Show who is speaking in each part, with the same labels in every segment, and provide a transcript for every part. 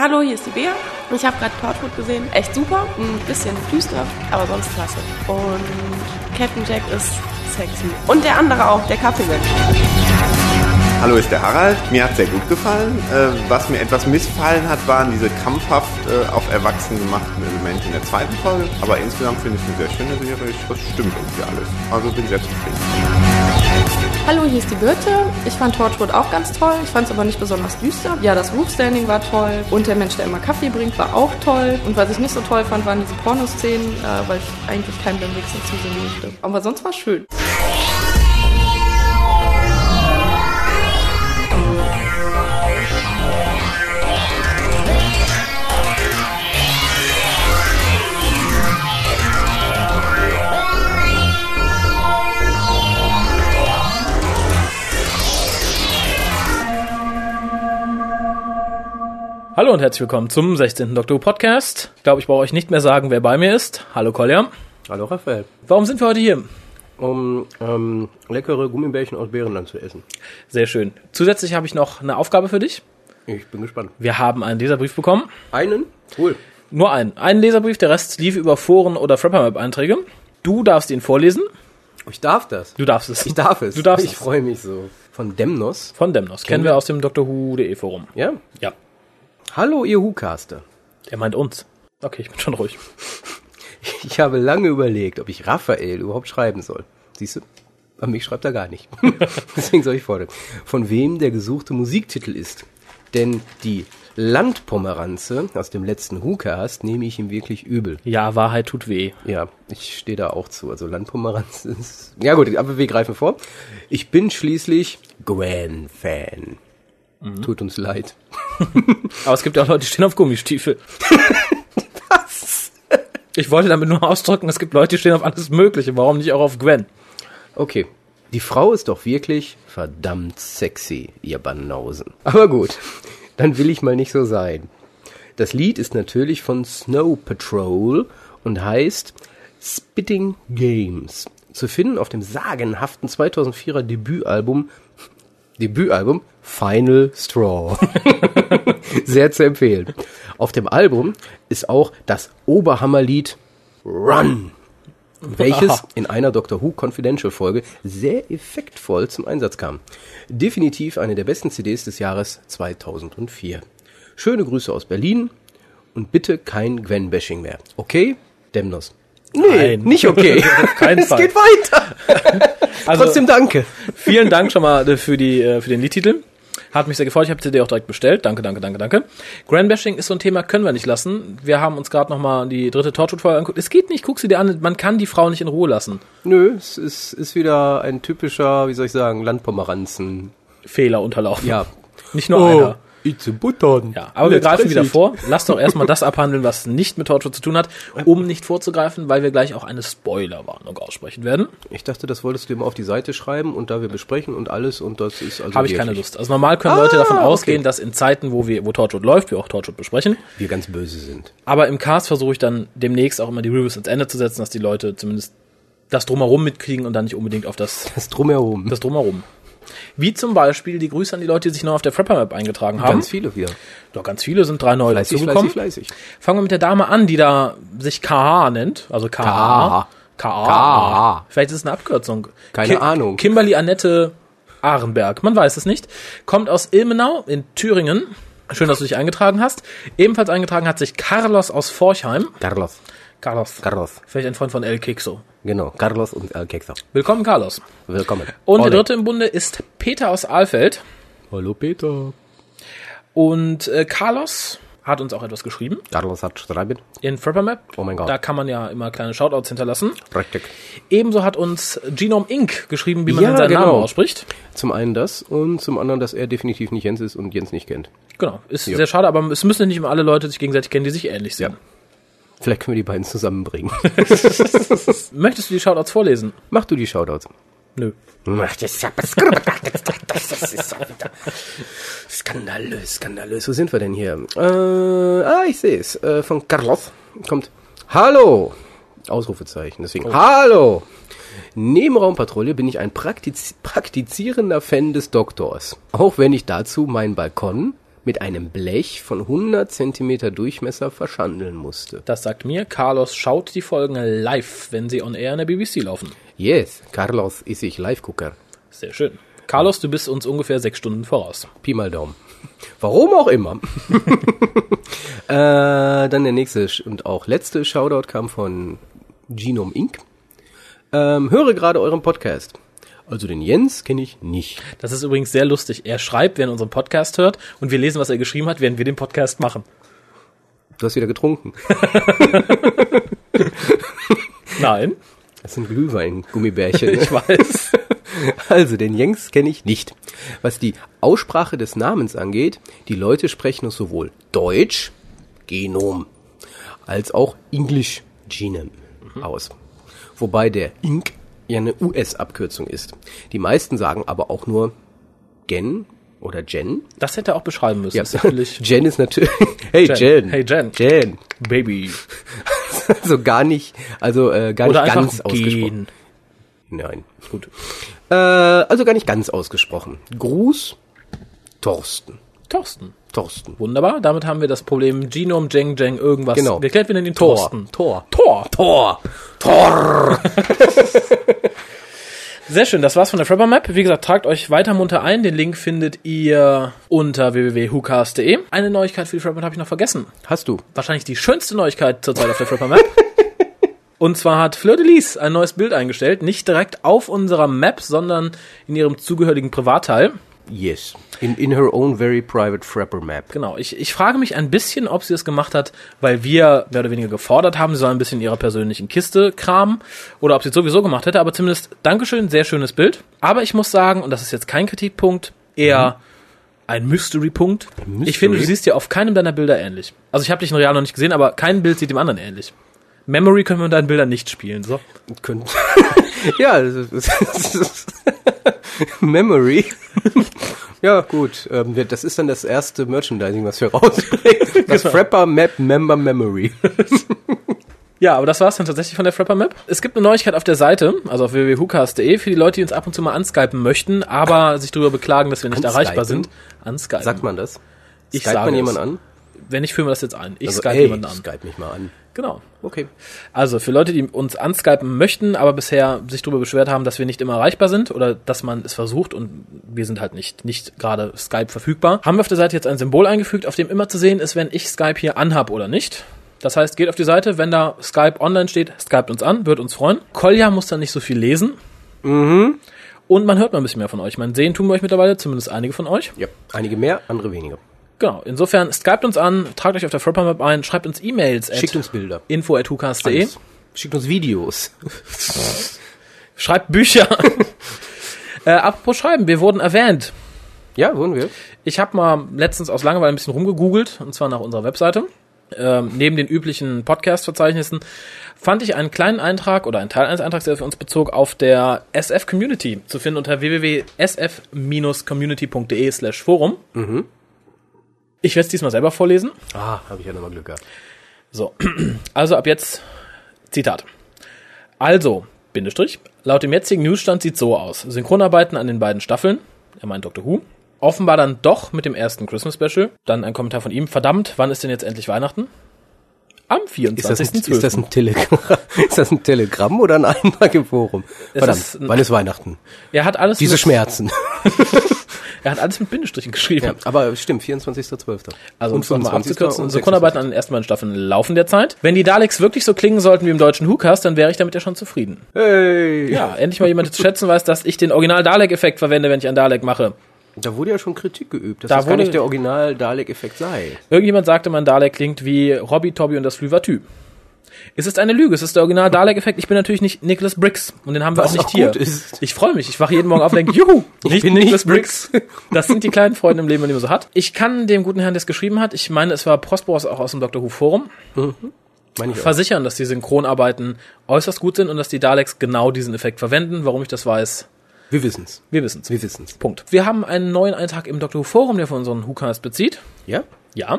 Speaker 1: Hallo, hier ist die Bea. Ich habe gerade Torchwood gesehen. Echt super. Ein bisschen düster, aber sonst klasse. Und Captain Jack ist sexy. Und der andere auch, der Kaffeemensch.
Speaker 2: Hallo, ist der Harald. Mir hat sehr gut gefallen. Äh, was mir etwas missfallen hat, waren diese krampfhaft äh, auf Erwachsen gemachten Elemente in der zweiten Folge. Aber insgesamt finde ich es eine sehr schöne Serie. Das stimmt irgendwie alles. Also bin sehr zufrieden.
Speaker 3: Hallo, hier ist die Birte. Ich fand Torchwood auch ganz toll. Ich fand es aber nicht besonders düster. Ja, das Roofstanding war toll. Und der Mensch, der immer Kaffee bringt, war auch toll. Und was ich nicht so toll fand, waren diese Pornoszenen, äh, weil ich eigentlich keinem beim Wichsen zusehen möchte. Aber sonst war es schön.
Speaker 4: Hallo und herzlich willkommen zum 16. Doktor Who Podcast. Ich glaube, ich brauche euch nicht mehr sagen, wer bei mir ist. Hallo Kolja.
Speaker 5: Hallo Raphael.
Speaker 4: Warum sind wir heute hier?
Speaker 5: Um ähm, leckere Gummibärchen aus Bärenland zu essen.
Speaker 4: Sehr schön. Zusätzlich habe ich noch eine Aufgabe für dich.
Speaker 5: Ich bin gespannt.
Speaker 4: Wir haben einen Leserbrief bekommen.
Speaker 5: Einen? Cool.
Speaker 4: Nur einen. Einen Leserbrief, der Rest lief über Foren oder Frappermap-Einträge. Du darfst ihn vorlesen.
Speaker 5: Ich darf das.
Speaker 4: Du darfst es.
Speaker 5: Ich darf es.
Speaker 4: Du darfst
Speaker 5: Ich
Speaker 4: es.
Speaker 5: freue mich so. Von Demnos.
Speaker 4: Von Demnos. Kennen wir aus dem drwho.de Forum.
Speaker 5: Ja?
Speaker 4: Ja.
Speaker 5: Hallo, ihr Hucaster.
Speaker 4: Er meint uns. Okay, ich bin schon ruhig.
Speaker 5: Ich habe lange überlegt, ob ich Raphael überhaupt schreiben soll. Siehst du? An mich schreibt er gar nicht. Deswegen soll ich fordern. Von wem der gesuchte Musiktitel ist. Denn die Landpomeranze aus dem letzten Hucast nehme ich ihm wirklich übel.
Speaker 4: Ja, Wahrheit tut weh.
Speaker 5: Ja, ich stehe da auch zu. Also Landpomeranz ist. Ja gut, aber wir greifen vor. Ich bin schließlich Gwen-Fan. Tut uns leid.
Speaker 4: Aber es gibt ja auch Leute, die stehen auf Gummistiefel. Was? Ich wollte damit nur ausdrücken, es gibt Leute, die stehen auf alles Mögliche. Warum nicht auch auf Gwen?
Speaker 5: Okay. Die Frau ist doch wirklich verdammt sexy, ihr Banausen. Aber gut, dann will ich mal nicht so sein. Das Lied ist natürlich von Snow Patrol und heißt Spitting Games. Zu finden auf dem sagenhaften 2004er Debütalbum Debütalbum Final Straw. Sehr zu empfehlen. Auf dem Album ist auch das Oberhammerlied Run welches in einer Doctor Who Confidential Folge sehr effektvoll zum Einsatz kam. Definitiv eine der besten CDs des Jahres 2004. Schöne Grüße aus Berlin und bitte kein Gwen-Bashing mehr. Okay? Demnos. Nee,
Speaker 4: Nein.
Speaker 5: nicht okay.
Speaker 4: Auf keinen
Speaker 5: es
Speaker 4: Fall.
Speaker 5: geht weiter.
Speaker 4: Also,
Speaker 5: Trotzdem danke.
Speaker 4: vielen Dank schon mal äh, für, die, äh, für den Liedtitel. Hat mich sehr gefreut. Ich habe die CD auch direkt bestellt. Danke, danke, danke, danke. Grandbashing ist so ein Thema, können wir nicht lassen. Wir haben uns gerade nochmal die dritte Torchwood-Folge angeguckt. Es geht nicht, guck sie dir an. Man kann die Frau nicht in Ruhe lassen.
Speaker 5: Nö, es ist, ist wieder ein typischer, wie soll ich sagen, Landpomeranzen.
Speaker 4: Fehler unterlaufen.
Speaker 5: Ja. Oh.
Speaker 4: Nicht nur einer.
Speaker 5: it's a button.
Speaker 4: Ja, aber wir
Speaker 5: Let's
Speaker 4: greifen wieder
Speaker 5: proceed.
Speaker 4: vor. Lass doch erstmal das abhandeln, was nicht mit Torchwood zu tun hat, um nicht vorzugreifen, weil wir gleich auch eine Spoilerwarnung aussprechen werden.
Speaker 5: Ich dachte, das wolltest du immer auf die Seite schreiben und da wir besprechen und alles und das ist also.
Speaker 4: Habe ich keine
Speaker 5: wirklich- Ah,
Speaker 4: Lust. Also normal können Leute davon
Speaker 5: okay.
Speaker 4: ausgehen, dass in Zeiten, wo wir, wo Torchwood läuft, wir auch Torchwood besprechen.
Speaker 5: Wir ganz böse sind.
Speaker 4: Aber im Cast versuche ich dann demnächst auch immer die Reviews ins Ende zu setzen, dass die Leute zumindest das drumherum mitkriegen und dann nicht unbedingt auf das,
Speaker 5: Das drumherum.
Speaker 4: das drumherum. Wie zum Beispiel die Grüße an die Leute, die sich neu auf der Frapper Map eingetragen haben.
Speaker 5: Ganz viele wir.
Speaker 4: Doch ganz viele sind drei neue
Speaker 5: Fleißig,
Speaker 4: dazugekommen.
Speaker 5: fleißig, fleißig.
Speaker 4: Fangen wir mit der Dame an, die da sich KA nennt. Also KA.
Speaker 5: KA.
Speaker 4: KA.
Speaker 5: KA.
Speaker 4: Vielleicht ist es eine Abkürzung.
Speaker 5: Keine Ahnung.
Speaker 4: Kimberly Annette Ahrenberg. Man weiß es nicht. Kommt aus Ilmenau in Thüringen. Schön, dass du dich eingetragen hast. Ebenfalls eingetragen hat sich Carlos aus Forchheim.
Speaker 5: Carlos.
Speaker 4: Carlos.
Speaker 5: Carlos.
Speaker 4: Vielleicht ein Freund von El Kixo.
Speaker 5: Genau. Carlos und äh, Kekser.
Speaker 4: Willkommen, Carlos.
Speaker 5: Willkommen.
Speaker 4: Und
Speaker 5: Ole.
Speaker 4: der dritte im Bunde ist Peter aus Ahlfeld.
Speaker 5: Hallo Peter.
Speaker 4: Und äh, Carlos hat uns auch etwas geschrieben
Speaker 5: Carlos hat Schreiben.
Speaker 4: in Frappermap.
Speaker 5: Oh mein Gott.
Speaker 4: Da kann man ja immer kleine Shoutouts hinterlassen.
Speaker 5: Richtig.
Speaker 4: Ebenso hat uns Genome Inc. geschrieben, wie man
Speaker 5: Ja,
Speaker 4: denn seinen
Speaker 5: genau.
Speaker 4: Namen ausspricht.
Speaker 5: Zum einen das und zum anderen, dass er definitiv nicht Jens ist und Jens nicht kennt.
Speaker 4: Genau, ist sehr schade, aber es müssen ja nicht immer alle Leute sich gegenseitig kennen, die sich ähnlich sehen.
Speaker 5: Vielleicht können wir die beiden zusammenbringen.
Speaker 4: Möchtest du die Shoutouts vorlesen?
Speaker 5: Mach du die Shoutouts.
Speaker 4: Nö.
Speaker 5: Mach das ja, das ist auch wieder skandalös, skandalös. Wo sind wir denn hier? Äh, ah, ich sehe es. Äh, von Carlos kommt Hallo! Ausrufezeichen, deswegen Hallo! Neben Raumpatrouille bin ich ein praktiz praktizierender Fan des Doktors. Auch wenn ich dazu meinen Balkon, mit einem Blech von 100 cm Durchmesser verschandeln musste.
Speaker 4: Das sagt mir, Carlos schaut die Folgen live, wenn sie on air in der BBC laufen.
Speaker 5: Yes, Carlos ist ich Live-Gucker.
Speaker 4: Sehr schön. Carlos, du bist uns ungefähr sechs Stunden voraus.
Speaker 5: Pi mal Daumen. Warum auch immer. äh, dann der nächste Sch- und auch letzte Shoutout kam von Genome Inc. Ähm, höre gerade euren Podcast. Also den Jens kenne ich nicht.
Speaker 4: Das ist übrigens sehr lustig. Er schreibt, während er unseren Podcast hört, und wir lesen, was er geschrieben hat, während wir den Podcast machen.
Speaker 5: Du hast wieder getrunken.
Speaker 4: Nein,
Speaker 5: Das sind Glühwein-Gummibärchen.
Speaker 4: ich weiß.
Speaker 5: Also, den Jengs kenne ich nicht. Was die Aussprache des Namens angeht, die Leute sprechen es sowohl Deutsch, Genom, als auch Englisch, Genome,
Speaker 4: Mhm.
Speaker 5: aus. Wobei der Inc. ja eine US-Abkürzung ist. Die meisten sagen aber auch nur Gen oder Gen.
Speaker 4: Das hätte er auch beschreiben müssen. Das ist natürlich
Speaker 5: Gen ist natürlich. Hey
Speaker 4: Jen.
Speaker 5: Jen.
Speaker 4: Hey, Jen.
Speaker 5: Jen.
Speaker 4: Baby.
Speaker 5: Also gar nicht, also äh, gar
Speaker 4: Oder
Speaker 5: nicht
Speaker 4: einfach
Speaker 5: ganz
Speaker 4: gehen.
Speaker 5: ausgesprochen. Nein. Gut. Äh, also gar nicht ganz ausgesprochen. Gruß, Thorsten.
Speaker 4: Thorsten.
Speaker 5: Thorsten.
Speaker 4: Wunderbar. Damit haben wir das Problem Genome, Jeng, Jeng, irgendwas
Speaker 5: Genau.
Speaker 4: geklärt. Wir nennen ihn
Speaker 5: Tor.
Speaker 4: Thorsten.
Speaker 5: Tor.
Speaker 4: Tor.
Speaker 5: Tor. Tor.
Speaker 4: Sehr schön, das war's von der Frapper Map. Wie gesagt, tragt euch weiter munter ein. Den Link findet ihr unter www.hucast.de. Eine Neuigkeit für die Frapper Map habe ich noch vergessen.
Speaker 5: Hast du?
Speaker 4: Wahrscheinlich die schönste Neuigkeit zurzeit auf der Frapper Map. Und zwar hat Fleur de Lis ein neues Bild eingestellt. Nicht direkt auf unserer Map, sondern in ihrem zugehörigen Privatteil.
Speaker 5: Yes. In, in her own very private Frapper Map.
Speaker 4: Genau, ich, ich frage mich ein bisschen, ob sie das gemacht hat, weil wir mehr oder weniger gefordert haben, sie soll ein bisschen in ihrer persönlichen Kiste kramen oder ob sie es sowieso gemacht hätte, aber zumindest Dankeschön, sehr schönes Bild. Aber ich muss sagen, und das ist jetzt kein Kritikpunkt, eher ein Mystery-Punkt.
Speaker 5: Mystery?
Speaker 4: Ich finde, du siehst dir auf keinem deiner Bilder ähnlich. Also ich habe dich in real noch nicht gesehen, aber kein Bild sieht dem anderen ähnlich. Memory können wir mit deinen Bildern nicht spielen. So.
Speaker 5: Könnt. ja, das ist, das ist Memory. ja, gut. Ähm, wir- das ist dann das erste Merchandising, was wir rausbringen. Das Frapper Map Member Memory.
Speaker 4: Ja, aber das war's dann tatsächlich von der Frapper Map. Es gibt eine Neuigkeit auf der Seite, also auf www.hucast.de, für die Leute, die uns ab und zu mal anskypen möchten, aber sich darüber beklagen, dass wir nicht
Speaker 5: Anskypen?
Speaker 4: erreichbar sind. Anskypen.
Speaker 5: Sagt man das?
Speaker 4: Ich
Speaker 5: Skypt
Speaker 4: sage
Speaker 5: man
Speaker 4: es.
Speaker 5: jemanden an?
Speaker 4: Wenn ich führe mir das jetzt ein. Ich
Speaker 5: Also,
Speaker 4: skype
Speaker 5: ey,
Speaker 4: jemanden an.
Speaker 5: Skype mich mal an.
Speaker 4: Genau.
Speaker 5: Okay.
Speaker 4: Also für Leute, die uns anskypen möchten, aber bisher sich darüber beschwert haben, dass wir nicht immer erreichbar sind oder dass man es versucht und wir sind halt nicht, nicht gerade Skype verfügbar, haben wir auf der Seite jetzt ein Symbol eingefügt, auf dem immer zu sehen ist, wenn ich Skype hier anhab oder nicht. Das heißt, geht auf die Seite, wenn da Skype online steht, skypt uns an, wird uns freuen. Kolja muss dann nicht so viel lesen. Mhm. Und man hört mal ein bisschen mehr von euch. Man sehen tun wir euch mittlerweile, zumindest einige von euch.
Speaker 5: Ja. Einige mehr, andere weniger.
Speaker 4: Genau. Insofern, skypt uns an, tragt euch auf der Frapper Map ein, schreibt uns E-Mails at
Speaker 5: Schickt uns Bilder.
Speaker 4: info at hucast.de.
Speaker 5: Alles. Schickt uns Videos.
Speaker 4: Schreibt Bücher. äh, apropos Schreiben, wir wurden erwähnt.
Speaker 5: Ja, wurden wir.
Speaker 4: Ich habe mal letztens aus Langeweile ein bisschen rumgegoogelt, und zwar nach unserer Webseite. Ähm, neben den üblichen Podcast-Verzeichnissen fand ich einen kleinen Eintrag oder einen Teil eines Eintrags, der für uns bezog, auf der SF-Community zu finden unter www.sf-community.de E slash Forum. Ich werde es diesmal selber vorlesen.
Speaker 5: Ah, habe ich ja nochmal Glück gehabt.
Speaker 4: So, also ab jetzt Zitat. Also, Bindestrich, laut dem jetzigen Newsstand sieht so aus. Synchronarbeiten an den beiden Staffeln, er meint Doctor Who, offenbar dann doch mit dem ersten Christmas Special, dann ein Kommentar von ihm, verdammt, wann ist denn jetzt endlich Weihnachten? Am 24.12.
Speaker 5: Ist das, ein, ist, das ein Telegramm, ist das ein Telegramm oder ein Eintrag im Forum? Verdammt,
Speaker 4: ist ein-
Speaker 5: wann ist Weihnachten?
Speaker 4: er hat alles
Speaker 5: Diese
Speaker 4: mit,
Speaker 5: Schmerzen.
Speaker 4: Er hat alles mit Bindestrichen geschrieben.
Speaker 5: Ja, aber stimmt, 24.12.
Speaker 4: Also um es nochmal
Speaker 5: 25.
Speaker 4: abzukürzen,
Speaker 5: und
Speaker 4: Synchronarbeiten an den ersten beiden Staffeln laufen derzeit. Wenn die Daleks wirklich so klingen sollten wie im deutschen WhoCast, dann wäre ich damit ja schon zufrieden.
Speaker 5: 26.. Hey!
Speaker 4: Ja, endlich mal jemand zu schätzen weiß, dass ich den Original-Dalek-Effekt verwende, wenn ich einen Dalek mache.
Speaker 5: Da wurde ja schon Kritik geübt, dass
Speaker 4: Da
Speaker 5: das gar
Speaker 4: wurde-
Speaker 5: nicht der Original-Dalek-Effekt sei.
Speaker 4: Irgendjemand sagte, man Dalek klingt wie Robbie, Toby und das Flüvertü. Es ist eine Lüge, es ist der original Dalek-Effekt. Ich bin natürlich nicht Nicholas Briggs und den haben wir
Speaker 5: Was
Speaker 4: auch nicht
Speaker 5: auch
Speaker 4: hier.
Speaker 5: gut ist.
Speaker 4: Ich freue mich, ich wache jeden Morgen auf und denke, juhu, nicht
Speaker 5: bin
Speaker 4: Nicholas
Speaker 5: nicht Briggs.
Speaker 4: Briggs. Das sind die kleinen Freunde im Leben, die man so hat. Ich kann dem guten Herrn, der es geschrieben hat, ich meine, es war Prosporos auch aus dem Doctor Who Forum,
Speaker 5: Meine ich auch.
Speaker 4: versichern, dass die Synchronarbeiten äußerst gut sind und dass die Daleks genau diesen Effekt verwenden. Warum ich das weiß,
Speaker 5: Wir wissen's.
Speaker 4: wir wissen's.
Speaker 5: Wir wissen's.
Speaker 4: Punkt. Wir haben einen neuen Eintrag im Doctor Who Forum, der von unseren WhoCast bezieht.
Speaker 5: Ja?
Speaker 4: Ja.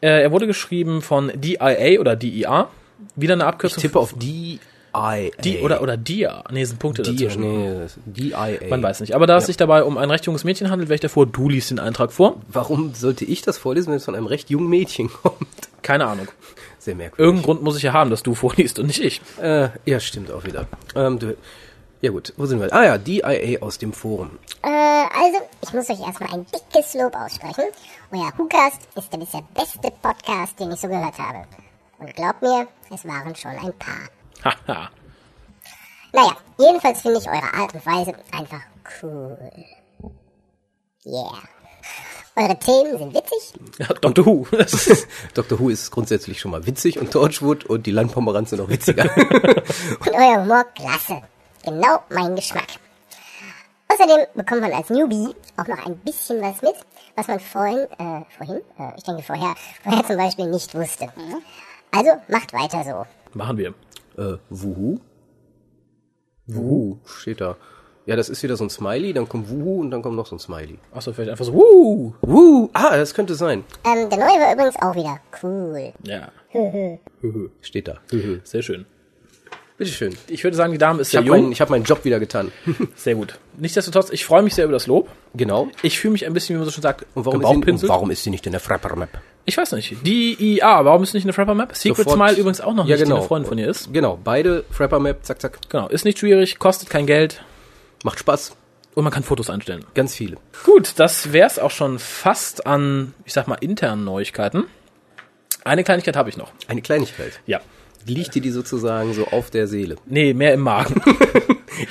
Speaker 4: Äh, er wurde geschrieben von DIA oder DIA. Wieder eine
Speaker 5: Ich
Speaker 4: Abkürzung.
Speaker 5: tippe auf die DIA.
Speaker 4: Die oder, oder Dia. Nee, es sind Punkte
Speaker 5: DIA.
Speaker 4: dazwischen.
Speaker 5: Nee, das- DIA.
Speaker 4: Man weiß nicht. Aber da es sich dabei um ein recht junges Mädchen handelt, wäre ich davor, du liest den Eintrag vor.
Speaker 5: Warum sollte ich das vorlesen, wenn es von einem recht jungen Mädchen kommt?
Speaker 4: Keine Ahnung.
Speaker 5: Sehr merkwürdig.
Speaker 4: Irgendeinen Grund muss ich ja haben, dass du vorliest und nicht ich.
Speaker 5: Äh, ja, stimmt auch wieder. Ähm, du, ja gut, wo sind wir? Ah ja, DIA aus dem Forum.
Speaker 6: Äh, also, ich muss euch erstmal ein dickes Lob aussprechen. Euer WhoCast ist der bisher beste Podcast, den ich so gehört habe. Und glaubt mir, es waren schon ein paar.
Speaker 4: Haha.
Speaker 6: Naja, jedenfalls finde ich eure Art und Weise einfach cool. Yeah. Eure Themen sind witzig,
Speaker 4: Ja, Dr. Who. Das ist-
Speaker 5: Dr. Who ist grundsätzlich schon mal witzig und Torchwood und die Landpomeranz sind auch witziger.
Speaker 6: und euer Humor klasse. Genau mein Geschmack. Außerdem bekommt man als Newbie auch noch ein bisschen was mit, was man vorhin, äh, vorhin, äh, ich denke vorher, vorher zum Beispiel nicht wusste. Also macht weiter so.
Speaker 4: Machen wir.
Speaker 5: äh, Wuhu? Wuhu, steht da. Ja, das ist wieder so ein Smiley, dann kommt Wuhu und dann kommt noch so ein Smiley.
Speaker 4: Achso, vielleicht einfach so, wuh.
Speaker 5: Wuhu, ah, das könnte sein.
Speaker 6: Ähm, der neue war übrigens auch wieder cool.
Speaker 4: Ja,
Speaker 5: Höhö, Steht da.
Speaker 4: sehr schön.
Speaker 5: Bitteschön.
Speaker 4: Mhm. Ich würde sagen, die Dame ist
Speaker 5: Ich
Speaker 4: sehr
Speaker 5: habe meinen,
Speaker 4: jung.
Speaker 5: ich hab meinen Job wieder getan.
Speaker 4: Sehr gut. Nichtsdestotrotz, ich freue mich sehr über das Lob.
Speaker 5: genau.
Speaker 4: Ich fühle mich ein bisschen, wie man so schon sagt,
Speaker 5: Und warum, ist sie, und
Speaker 4: gebauchpinselt.
Speaker 5: warum ist sie nicht in der Frapper-Map?
Speaker 4: Ich weiß nicht. Die IA, warum ist nicht eine Frapper Map? Secret
Speaker 5: Sofort-
Speaker 4: Smile übrigens auch noch
Speaker 5: Ja,
Speaker 4: nicht, die
Speaker 5: genau.
Speaker 4: eine Freundin von ihr ist.
Speaker 5: Genau, beide Frapper-Map, zack, zack.
Speaker 4: Genau, ist nicht schwierig, kostet kein Geld
Speaker 5: Macht Spaß.
Speaker 4: und man kann Fotos einstellen.
Speaker 5: Ganz viele.
Speaker 4: Gut, das wär's auch schon fast an, ich sag mal, internen Neuigkeiten. Eine Kleinigkeit habe ich noch.
Speaker 5: Eine Kleinigkeit.
Speaker 4: Ja.
Speaker 5: Liegt dir die sozusagen so auf der Seele?
Speaker 4: Nee, mehr im Magen.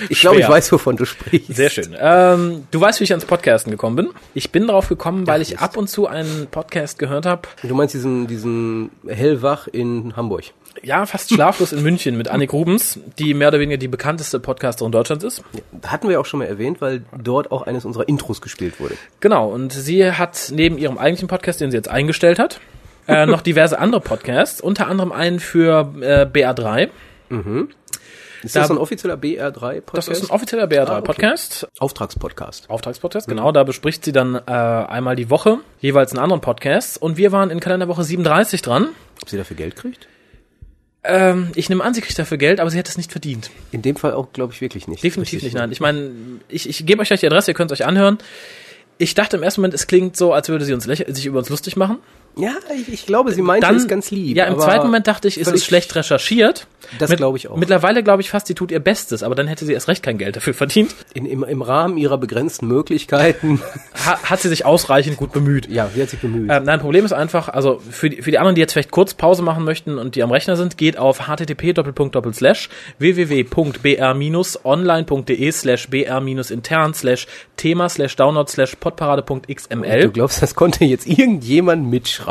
Speaker 5: Ich glaube, ich
Speaker 4: Schwer.
Speaker 5: weiß, wovon du sprichst.
Speaker 4: Sehr schön. Ähm, du weißt, wie ich ans Podcasten gekommen bin. Ich bin drauf gekommen, weil ich ab und zu einen Podcast gehört habe.
Speaker 5: Du meinst diesen, diesen Hellwach in Hamburg.
Speaker 4: Ja, fast schlaflos in München mit Annik Rubens, die mehr oder weniger die bekannteste Podcasterin Deutschlands ist.
Speaker 5: Hatten wir auch schon mal erwähnt, weil dort auch eines unserer Intros gespielt wurde.
Speaker 4: Genau, und sie hat neben ihrem eigentlichen Podcast, den sie jetzt eingestellt hat, äh, noch diverse andere Podcasts, unter anderem einen für äh, BA3.
Speaker 5: Ist
Speaker 4: Da-
Speaker 5: das so ein offizieller BR3-Podcast?
Speaker 4: Das ist ein offizieller BA3-Podcast.
Speaker 5: Auftragspodcast.
Speaker 4: Auftragspodcast, genau. Da bespricht sie dann äh, einmal die Woche jeweils einen anderen Podcast. Und wir waren in Kalenderwoche 37 dran.
Speaker 5: Ob sie dafür Geld kriegt?
Speaker 4: Ähm, ich nehme an, sie kriegt dafür Geld, aber sie hat es nicht verdient.
Speaker 5: In dem Fall auch, glaube ich, wirklich nicht.
Speaker 4: Definitiv
Speaker 5: Richtig,
Speaker 4: nicht, nein. Ich meine, ich, ich gebe euch gleich die Adresse, ihr könnt es euch anhören. Ich dachte im ersten Moment, es klingt so, als würde sie uns lächeln, sich über uns lustig machen.
Speaker 5: Ja, ich, ich glaube, sie meinte
Speaker 4: Dann,
Speaker 5: es ganz lieb.
Speaker 4: ja, im
Speaker 5: aber
Speaker 4: zweiten Moment dachte ich, ist
Speaker 5: völlig-
Speaker 4: es schlecht recherchiert.
Speaker 5: Das
Speaker 4: Mit-
Speaker 5: glaube ich auch.
Speaker 4: Mittlerweile glaube ich fast, sie tut ihr Bestes, aber dann hätte sie erst recht kein Geld dafür verdient.
Speaker 5: In, im, Im Rahmen ihrer begrenzten Möglichkeiten.
Speaker 4: Ha, hat sie sich ausreichend gut bemüht.
Speaker 5: ja, sie hat sich bemüht.
Speaker 4: Ähm, nein, Problem ist einfach, also für die, für die anderen, die jetzt vielleicht kurz Pause machen möchten und die am Rechner sind, geht auf http://www.br-online.de e slash br-intern slash thema slash download slash
Speaker 5: Du
Speaker 4: podparade.xml.
Speaker 5: glaubst, das konnte jetzt irgendjemand mitschreiben.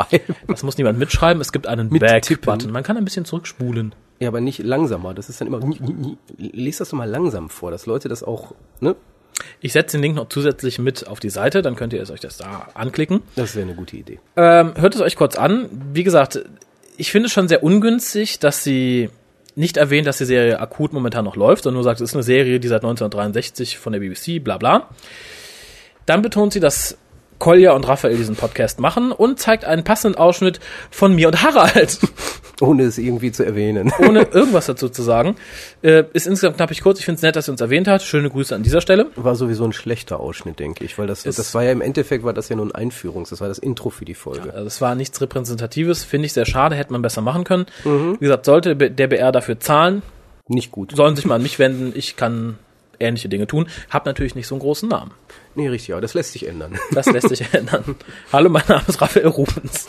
Speaker 4: Das muss niemand mitschreiben, es gibt einen
Speaker 5: Mit
Speaker 4: Back-Button.
Speaker 5: tippen.
Speaker 4: Man kann ein bisschen zurückspulen.
Speaker 5: Ja, aber nicht langsamer. Das ist dann immer. Lies das doch mal langsam vor, dass Leute das auch. Ne?
Speaker 4: Ich setze den Link noch zusätzlich mit auf die Seite, dann könnt ihr es euch das da anklicken.
Speaker 5: Das wäre eine gute Idee.
Speaker 4: Ähm, hört es euch kurz an. Wie gesagt, ich finde es schon sehr ungünstig, dass sie nicht erwähnt, dass die Serie akut momentan noch läuft, sondern nur sagt, es ist eine Serie, die seit 1963 von der BBC, bla bla. Dann betont sie, dass Kolja und Raphael diesen Podcast machen und zeigt einen passenden Ausschnitt von mir und Harald,
Speaker 5: Ohne es irgendwie zu erwähnen.
Speaker 4: ohne irgendwas dazu zu sagen. Äh, ist insgesamt knappig kurz. Ich finde es nett, dass sie uns erwähnt hat. Schöne Grüße an dieser Stelle.
Speaker 5: War sowieso ein schlechter Ausschnitt, denke ich, weil das,
Speaker 4: Ist-
Speaker 5: das war ja im Endeffekt war das ja nur ein Einführungs, das war das Intro für die Folge.
Speaker 4: Also es war nichts Repräsentatives, finde ich sehr schade, hätte man besser machen können. Wie gesagt, sollte der BR dafür zahlen,
Speaker 5: Nicht gut.
Speaker 4: sollen sich mal an mich wenden, ich kann ähnliche Dinge tun. Hab natürlich nicht so einen großen Namen.
Speaker 5: Nee, richtig, aber das lässt sich ändern.
Speaker 4: Das lässt sich ändern. Hallo, mein Name ist Raphael Rubens.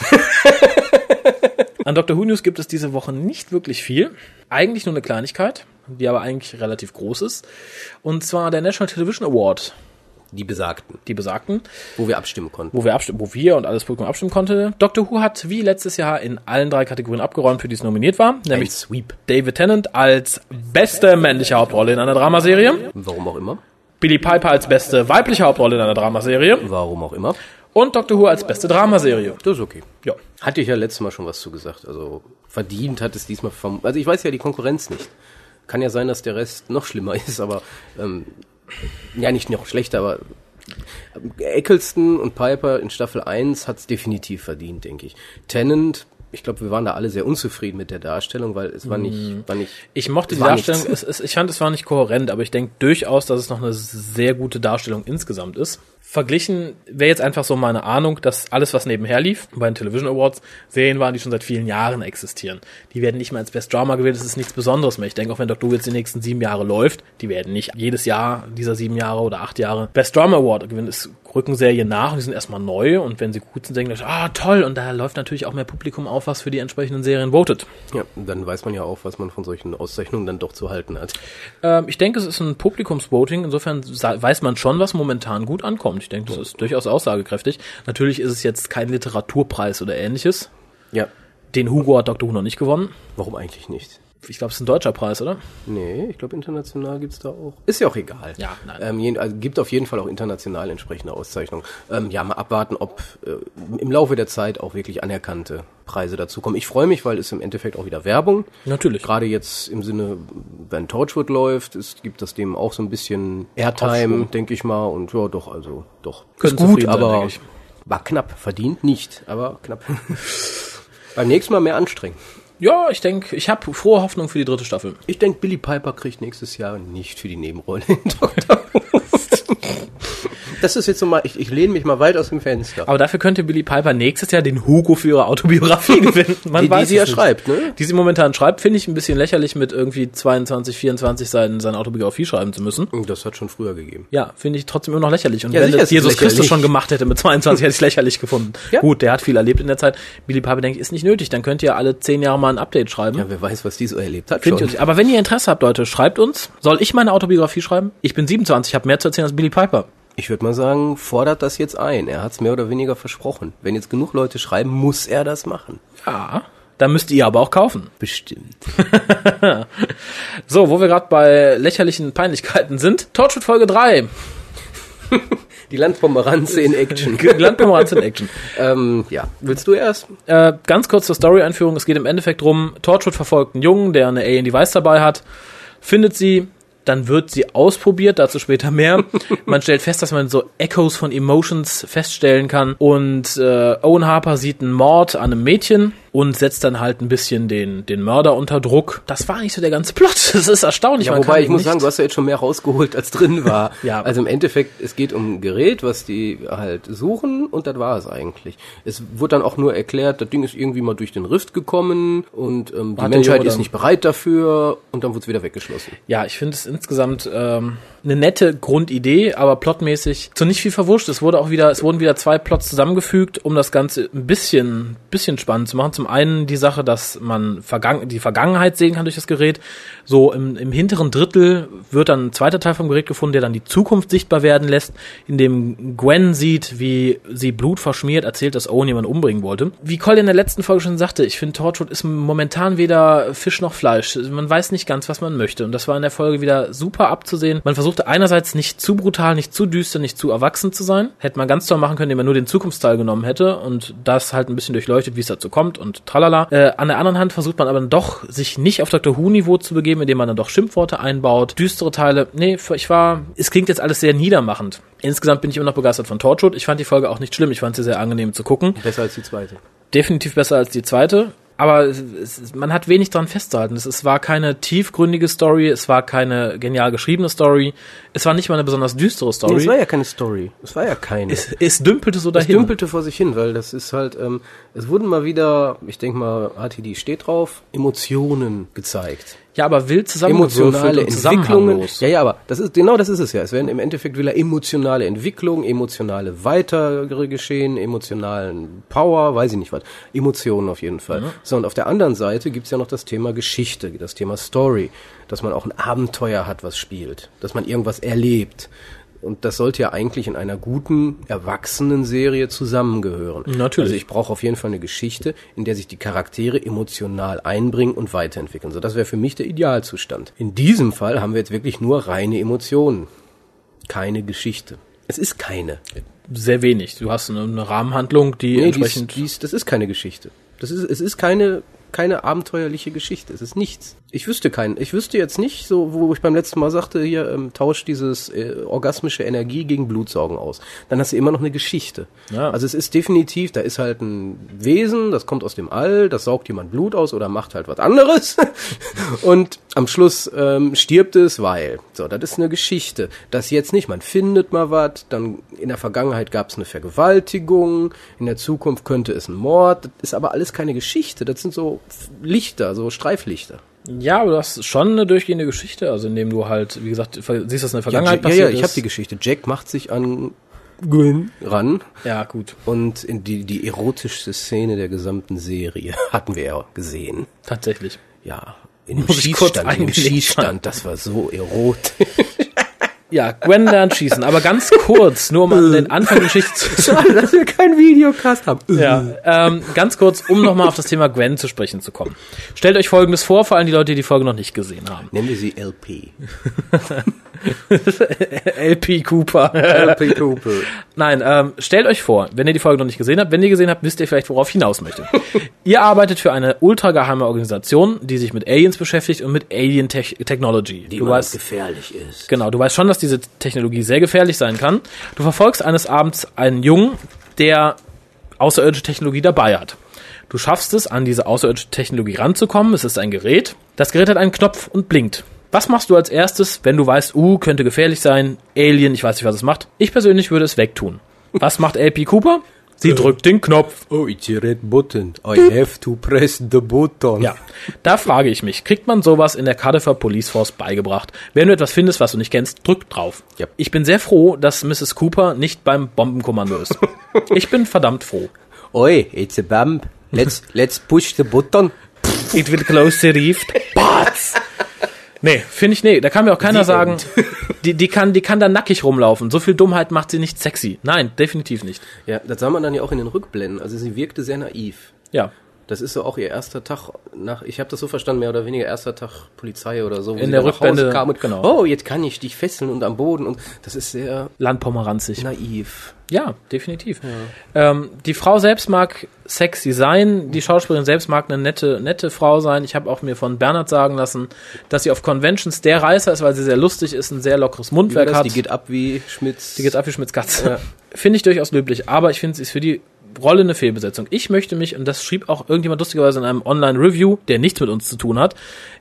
Speaker 4: An Dr. Who News gibt es diese Woche nicht wirklich viel. Eigentlich nur eine Kleinigkeit, die aber eigentlich relativ groß ist. Und zwar der National Television Award,
Speaker 5: Die besagten,
Speaker 4: die besagten,
Speaker 5: wo wir abstimmen konnten.
Speaker 4: wo wir, abstimmen, wo wir und alles Publikum abstimmen konnte. Dr. Who hat wie letztes Jahr in allen drei Kategorien abgeräumt, für die es nominiert war. Nämlich
Speaker 5: Sweep.
Speaker 4: David Tennant als beste männliche Hauptrolle in einer Dramaserie.
Speaker 5: Warum auch immer.
Speaker 4: Billy Piper als beste weibliche Hauptrolle in einer Dramaserie
Speaker 5: Warum auch immer.
Speaker 4: und Doctor Who als beste Dramaserie.
Speaker 5: Das ist okay.
Speaker 4: Ja.
Speaker 5: Hatte ich ja letztes Mal schon was zu gesagt. Also verdient hat es diesmal vom. Also ich weiß ja die Konkurrenz nicht. Kann ja sein, dass der Rest noch schlimmer ist, aber ähm, ja nicht noch schlechter, aber ähm, Eccleston und Piper in Staffel 1 hat es definitiv verdient, denke ich. Tennant, ich glaube, wir waren da alle sehr unzufrieden mit der Darstellung, weil es war nicht, war nicht.
Speaker 4: Ich mochte
Speaker 5: Es
Speaker 4: die
Speaker 5: war
Speaker 4: Darstellung,
Speaker 5: nichts.
Speaker 4: es, es, ich fand, es war nicht kohärent, aber ich denke durchaus, dass es noch eine sehr gute Darstellung insgesamt ist. Verglichen wäre jetzt einfach so meine Ahnung, dass alles, was nebenher lief, bei den Television Awards, Serien waren, die schon seit vielen Jahren existieren. Die werden nicht mal als Best Drama gewählt, das ist nichts Besonderes mehr. Ich denke, auch wenn Doctor Who jetzt die nächsten sieben Jahre läuft, die werden nicht jedes Jahr dieser sieben Jahre oder acht Jahre Best Drama Award gewinnen. Es rücken Serien nach und die sind erstmal neu und wenn sie gut sind, denken die, Leute, ah toll, und da läuft natürlich auch mehr Publikum auf, was für die entsprechenden Serien votet.
Speaker 5: Ja, dann weiß man ja auch, was man von solchen Auszeichnungen dann doch zu halten hat.
Speaker 4: Ähm, ich denke, es ist ein Publikumsvoting. Insofern sa- weiß man schon, was momentan gut ankommt. Ich denke, das ist durchaus aussagekräftig. Natürlich ist es jetzt kein Literaturpreis oder ähnliches.
Speaker 5: Ja.
Speaker 4: Den Hugo hat Dr. Who noch nicht gewonnen.
Speaker 5: Warum eigentlich nicht?
Speaker 4: Ich glaube, es ist ein deutscher Preis, oder?
Speaker 5: Nee, ich glaube, international gibt's da auch. Ist ja auch egal.
Speaker 4: Ja, nein.
Speaker 5: Ähm, jeden, also gibt auf jeden Fall auch international entsprechende Auszeichnungen. Ähm, ja, mal abwarten, ob äh, im Laufe der Zeit auch wirklich anerkannte Preise dazukommen. Ich freue mich, weil es im Endeffekt auch wieder Werbung.
Speaker 4: Natürlich.
Speaker 5: Gerade jetzt im Sinne, wenn Torchwood läuft, es gibt das dem auch so ein bisschen Airtime, denke ich mal. Und ja, doch, also doch.
Speaker 4: Können
Speaker 5: Ist
Speaker 4: zufrieden sein,
Speaker 5: aber
Speaker 4: denke ich.
Speaker 5: war knapp. Verdient nicht, aber knapp. Beim nächsten Mal mehr anstrengen.
Speaker 4: Ja, ich denke, ich habe frohe Hoffnung für die dritte Staffel.
Speaker 5: Ich denke, Billy Piper kriegt nächstes Jahr nicht für die Nebenrolle in Dr. Who. Das ist jetzt so mal, ich, ich lehne mich mal weit aus dem Fenster.
Speaker 4: Aber dafür könnte Billy Piper nächstes Jahr den Hugo für ihre Autobiografie gewinnen. Man
Speaker 5: Die- die
Speaker 4: weiß
Speaker 5: sie
Speaker 4: es
Speaker 5: ja
Speaker 4: nicht.
Speaker 5: schreibt, ne?
Speaker 4: Die sie momentan schreibt, finde ich ein bisschen lächerlich, mit irgendwie 22, 24 Seiten seine Autobiografie schreiben zu müssen.
Speaker 5: Das hat schon früher gegeben.
Speaker 4: Ja, finde ich trotzdem immer noch lächerlich. Und
Speaker 5: Ja,
Speaker 4: wenn
Speaker 5: sicher
Speaker 4: das
Speaker 5: ist es
Speaker 4: Jesus Christus
Speaker 5: lächerlich.
Speaker 4: schon gemacht hätte mit 22, hätte ich es lächerlich gefunden.
Speaker 5: Ja.
Speaker 4: Gut, der hat viel erlebt in der Zeit. Billy Piper denke ich, ist nicht nötig. Dann könnt ihr alle zehn Jahre mal ein Update schreiben.
Speaker 5: Ja, wer weiß, was die so erlebt hat.
Speaker 4: Findet
Speaker 5: schon.
Speaker 4: ihr uns- Aber wenn ihr Interesse habt, Leute, schreibt uns. Soll ich meine Autobiografie schreiben? Ich bin 27, habe mehr zu erzählen als Billy Piper.
Speaker 5: Ich würde mal sagen, fordert das jetzt ein. Er hat es mehr oder weniger versprochen. Wenn jetzt genug Leute schreiben, muss er das machen.
Speaker 4: Ja. Dann müsst ihr aber auch kaufen.
Speaker 5: Bestimmt.
Speaker 4: So, wo wir gerade bei lächerlichen Peinlichkeiten sind. Torchwood Folge 3.
Speaker 5: Die Landpomeranze in Action.
Speaker 4: Landpomeranz in Action.
Speaker 5: ähm, ja, willst du erst?
Speaker 4: Äh, ganz kurz zur Story-Einführung. Es geht im Endeffekt drum, Torchwood verfolgt einen Jungen, der eine Alien Device dabei hat, findet sie, dann wird sie ausprobiert, dazu später mehr. Man stellt fest, dass man so Echos von Emotions feststellen kann und äh, Owen Harper sieht einen Mord an einem Mädchen und setzt dann halt ein bisschen den, den Mörder unter Druck. Das war eigentlich so der ganze Plot. Das ist erstaunlich.
Speaker 5: Ja,
Speaker 4: Man
Speaker 5: wobei
Speaker 4: kann
Speaker 5: ich muss
Speaker 4: nicht-
Speaker 5: sagen, du hast ja jetzt schon mehr rausgeholt, als drin war.
Speaker 4: Ja.
Speaker 5: Also im Endeffekt, es geht um ein Gerät, was die halt suchen und das war es eigentlich. Es wurde dann auch nur erklärt, das Ding ist irgendwie mal durch den Rift gekommen und ähm,
Speaker 4: Hat
Speaker 5: die
Speaker 4: der
Speaker 5: Menschheit
Speaker 4: Junge
Speaker 5: ist
Speaker 4: dann-
Speaker 5: nicht bereit dafür und dann wurde es wieder weggeschlossen.
Speaker 4: Ja, ich finde es insgesamt ähm, eine nette Grundidee, aber plotmäßig zu nicht viel verwurscht. Es wurde auch wieder, es wurden wieder zwei Plots zusammengefügt, um das Ganze ein bisschen, bisschen spannend zu machen. Zum einen die Sache, dass man vergangen, die Vergangenheit sehen kann durch das Gerät. So im, im hinteren Drittel wird dann ein zweiter Teil vom Gerät gefunden, der dann die Zukunft sichtbar werden lässt, in dem Gwen sieht, wie sie Blut verschmiert, erzählt, dass Owen jemanden umbringen wollte. Wie Colin in der letzten Folge schon sagte, ich finde Torchwood ist momentan weder Fisch noch Fleisch. Man weiß nicht ganz, was man möchte. Und das war in der Folge wieder super abzusehen. Man versuchte einerseits nicht zu brutal, nicht zu düster, nicht zu erwachsen zu sein. Hätte man ganz toll machen können, indem man nur den Zukunftsteil genommen hätte und das halt ein bisschen durchleuchtet, wie es dazu kommt und tralala. Äh, an der anderen Hand versucht man aber doch, sich nicht auf Dr. Who-Niveau zu begeben, indem man dann doch Schimpfworte einbaut, düstere Teile. Nee, ich war, es klingt jetzt alles sehr niedermachend. Insgesamt bin ich immer noch begeistert von Torchwood. Ich fand die Folge auch nicht schlimm. Ich fand sie sehr angenehm zu gucken
Speaker 5: Besser als die zweite.
Speaker 4: definitiv besser als die zweite. Aber es, es- man hat wenig dran festzuhalten. Es, es war keine tiefgründige Story, es war keine genial geschriebene Story, es war nicht mal eine besonders düstere Story.
Speaker 5: Nee, es war ja keine Story. Es war ja keine.
Speaker 4: es, es dümpelte so
Speaker 5: Es
Speaker 4: dahin.
Speaker 5: dümpelte vor sich hin, weil das ist halt, ähm, es wurden mal wieder, ich denke mal, ATD steht drauf, Emotionen gezeigt.
Speaker 4: Ja, aber wild zusammengewürfelt
Speaker 5: emotionale
Speaker 4: und
Speaker 5: Entwicklungen.
Speaker 4: zusammenhanglos.
Speaker 5: Ja, ja, aber das ist genau das ist es ja. Es werden im Endeffekt wieder emotionale Entwicklungen, emotionale weitere Geschehen, emotionalen Power, weiß ich nicht was. Emotionen auf jeden Fall. So, und auf der anderen Seite gibt's ja noch das Thema Geschichte, das Thema Story, dass man auch ein Abenteuer hat, was spielt, dass man irgendwas erlebt. Und das sollte ja eigentlich in einer guten, erwachsenen Serie zusammengehören.
Speaker 4: Natürlich.
Speaker 5: Also ich brauche auf jeden Fall eine Geschichte, in der sich die Charaktere emotional einbringen und weiterentwickeln. So, das wäre für mich der Idealzustand. In diesem Fall haben wir jetzt wirklich nur reine Emotionen. Keine Geschichte. Es ist keine.
Speaker 4: Sehr wenig. Du hast eine, eine Rahmenhandlung, die
Speaker 5: Nee, die
Speaker 4: entsprechend.
Speaker 5: ist, die ist, das ist keine Geschichte. Das ist, es ist keine, keine abenteuerliche Geschichte. Es ist nichts. Ich wüsste keinen. Ich wüsste jetzt nicht, so wo ich beim letzten Mal sagte, hier ähm, tausch dieses äh, orgasmische Energie gegen Blutsaugen aus. Dann hast du immer noch eine Geschichte.
Speaker 4: Ja.
Speaker 5: Also es ist definitiv, da ist halt ein Wesen, das kommt aus dem All, das saugt jemand Blut aus oder macht halt was anderes. Und am Schluss ähm, stirbt es, weil. So, das ist eine Geschichte. Das jetzt nicht, man findet mal was, dann in der Vergangenheit gab es eine Vergewaltigung, in der Zukunft könnte es ein Mord. Das ist aber alles keine Geschichte. Das sind so Lichter, so Streiflichter.
Speaker 4: Ja, aber das ist schon eine durchgehende Geschichte, also indem du halt, wie gesagt, ver- siehst, dass in der
Speaker 5: Ja,
Speaker 4: Vergangenheit
Speaker 5: ja,
Speaker 4: passiert
Speaker 5: ja, ich habe
Speaker 4: ist.
Speaker 5: die Geschichte. Jack macht sich an Gwen ran.
Speaker 4: ja, gut.
Speaker 5: Und in die, die erotischste Szene der gesamten Serie hatten wir ja gesehen.
Speaker 4: Tatsächlich.
Speaker 5: Ja, in dem
Speaker 4: Muss ich kurz
Speaker 5: Schießstand, in dem
Speaker 4: eingelegt
Speaker 5: Schießstand, das war so erotisch.
Speaker 4: Ja, Gwen lernt schießen, aber ganz kurz, nur um an den Anfang der Geschichte zu
Speaker 5: Schade, dass wir keinen Videocast haben.
Speaker 4: Ja, ähm, ganz kurz, um nochmal auf das Thema Gwen zu sprechen zu kommen. Stellt euch Folgendes vor, vor allem die Leute, die die Folge noch nicht gesehen haben.
Speaker 5: Nennen wir sie LP.
Speaker 4: LP Cooper.
Speaker 5: LP Cooper.
Speaker 4: Nein, ähm, stellt euch vor, wenn ihr die Folge noch nicht gesehen habt, wenn ihr gesehen habt, wisst ihr vielleicht, worauf ich hinaus möchte. ihr arbeitet für eine ultrageheime Organisation, die sich mit Aliens beschäftigt und mit Alien -Tech Technology.
Speaker 5: Die
Speaker 4: du
Speaker 5: was
Speaker 4: weißt,
Speaker 5: gefährlich ist.
Speaker 4: Genau, du weißt schon, dass diese Technologie sehr gefährlich sein kann. Du verfolgst eines Abends einen Jungen, der außerirdische Technologie dabei hat. Du schaffst es, an diese außerirdische Technologie ranzukommen. Es ist ein Gerät. Das Gerät hat einen Knopf und blinkt. Was machst du als erstes, wenn du weißt, uh, könnte gefährlich sein, Alien, ich weiß nicht, was es macht. Ich persönlich würde es wegtun. Was macht LP Cooper? Sie drückt den Knopf.
Speaker 5: Oh, it's a red button. I have to press the button.
Speaker 4: Ja, da frage ich mich, kriegt man sowas in der Cardiffer Police Force beigebracht? Wenn du etwas findest, was du nicht kennst, drück drauf.
Speaker 5: Ja.
Speaker 4: Ich bin sehr froh, dass Mrs. Cooper nicht beim Bombenkommando ist. ich bin verdammt froh.
Speaker 5: Oi, it's a bump. Let's, let's push the button.
Speaker 4: It will close the rift. Nee, finde ich, nee, da kann mir auch keiner
Speaker 5: The
Speaker 4: sagen,
Speaker 5: end.
Speaker 4: die, die, kann, die kann da nackig rumlaufen. So viel Dummheit macht sie nicht sexy. Nein, definitiv nicht.
Speaker 5: Ja, das sah man dann ja auch in den Rückblenden. Also sie wirkte sehr naiv.
Speaker 4: Ja.
Speaker 5: Das ist so auch ihr erster Tag nach, ich habe das so verstanden, mehr oder weniger erster Tag Polizei oder so, wo
Speaker 4: In der
Speaker 5: dann
Speaker 4: Rückblende,
Speaker 5: kam und
Speaker 4: genau.
Speaker 5: oh, jetzt kann ich dich fesseln und am Boden und das ist sehr
Speaker 4: Landpomeranzig.
Speaker 5: naiv.
Speaker 4: Ja, definitiv. Ähm, die Frau selbst mag sexy sein, die Schauspielerin selbst mag eine nette, nette Frau sein. Ich habe auch mir von Bernhard sagen lassen, dass sie auf Conventions der Reißer ist, weil sie sehr lustig ist, ein sehr lockeres Mundwerk
Speaker 5: Das,
Speaker 4: hat.
Speaker 5: die geht ab wie Schmitz.
Speaker 4: Die geht ab wie Schmitz Katze. Finde ich durchaus löblich, aber ich finde, es ist für die Rolle eine Fehlbesetzung. Ich möchte mich, und das schrieb auch irgendjemand lustigerweise in einem Online-Review, der nichts mit uns zu tun hat,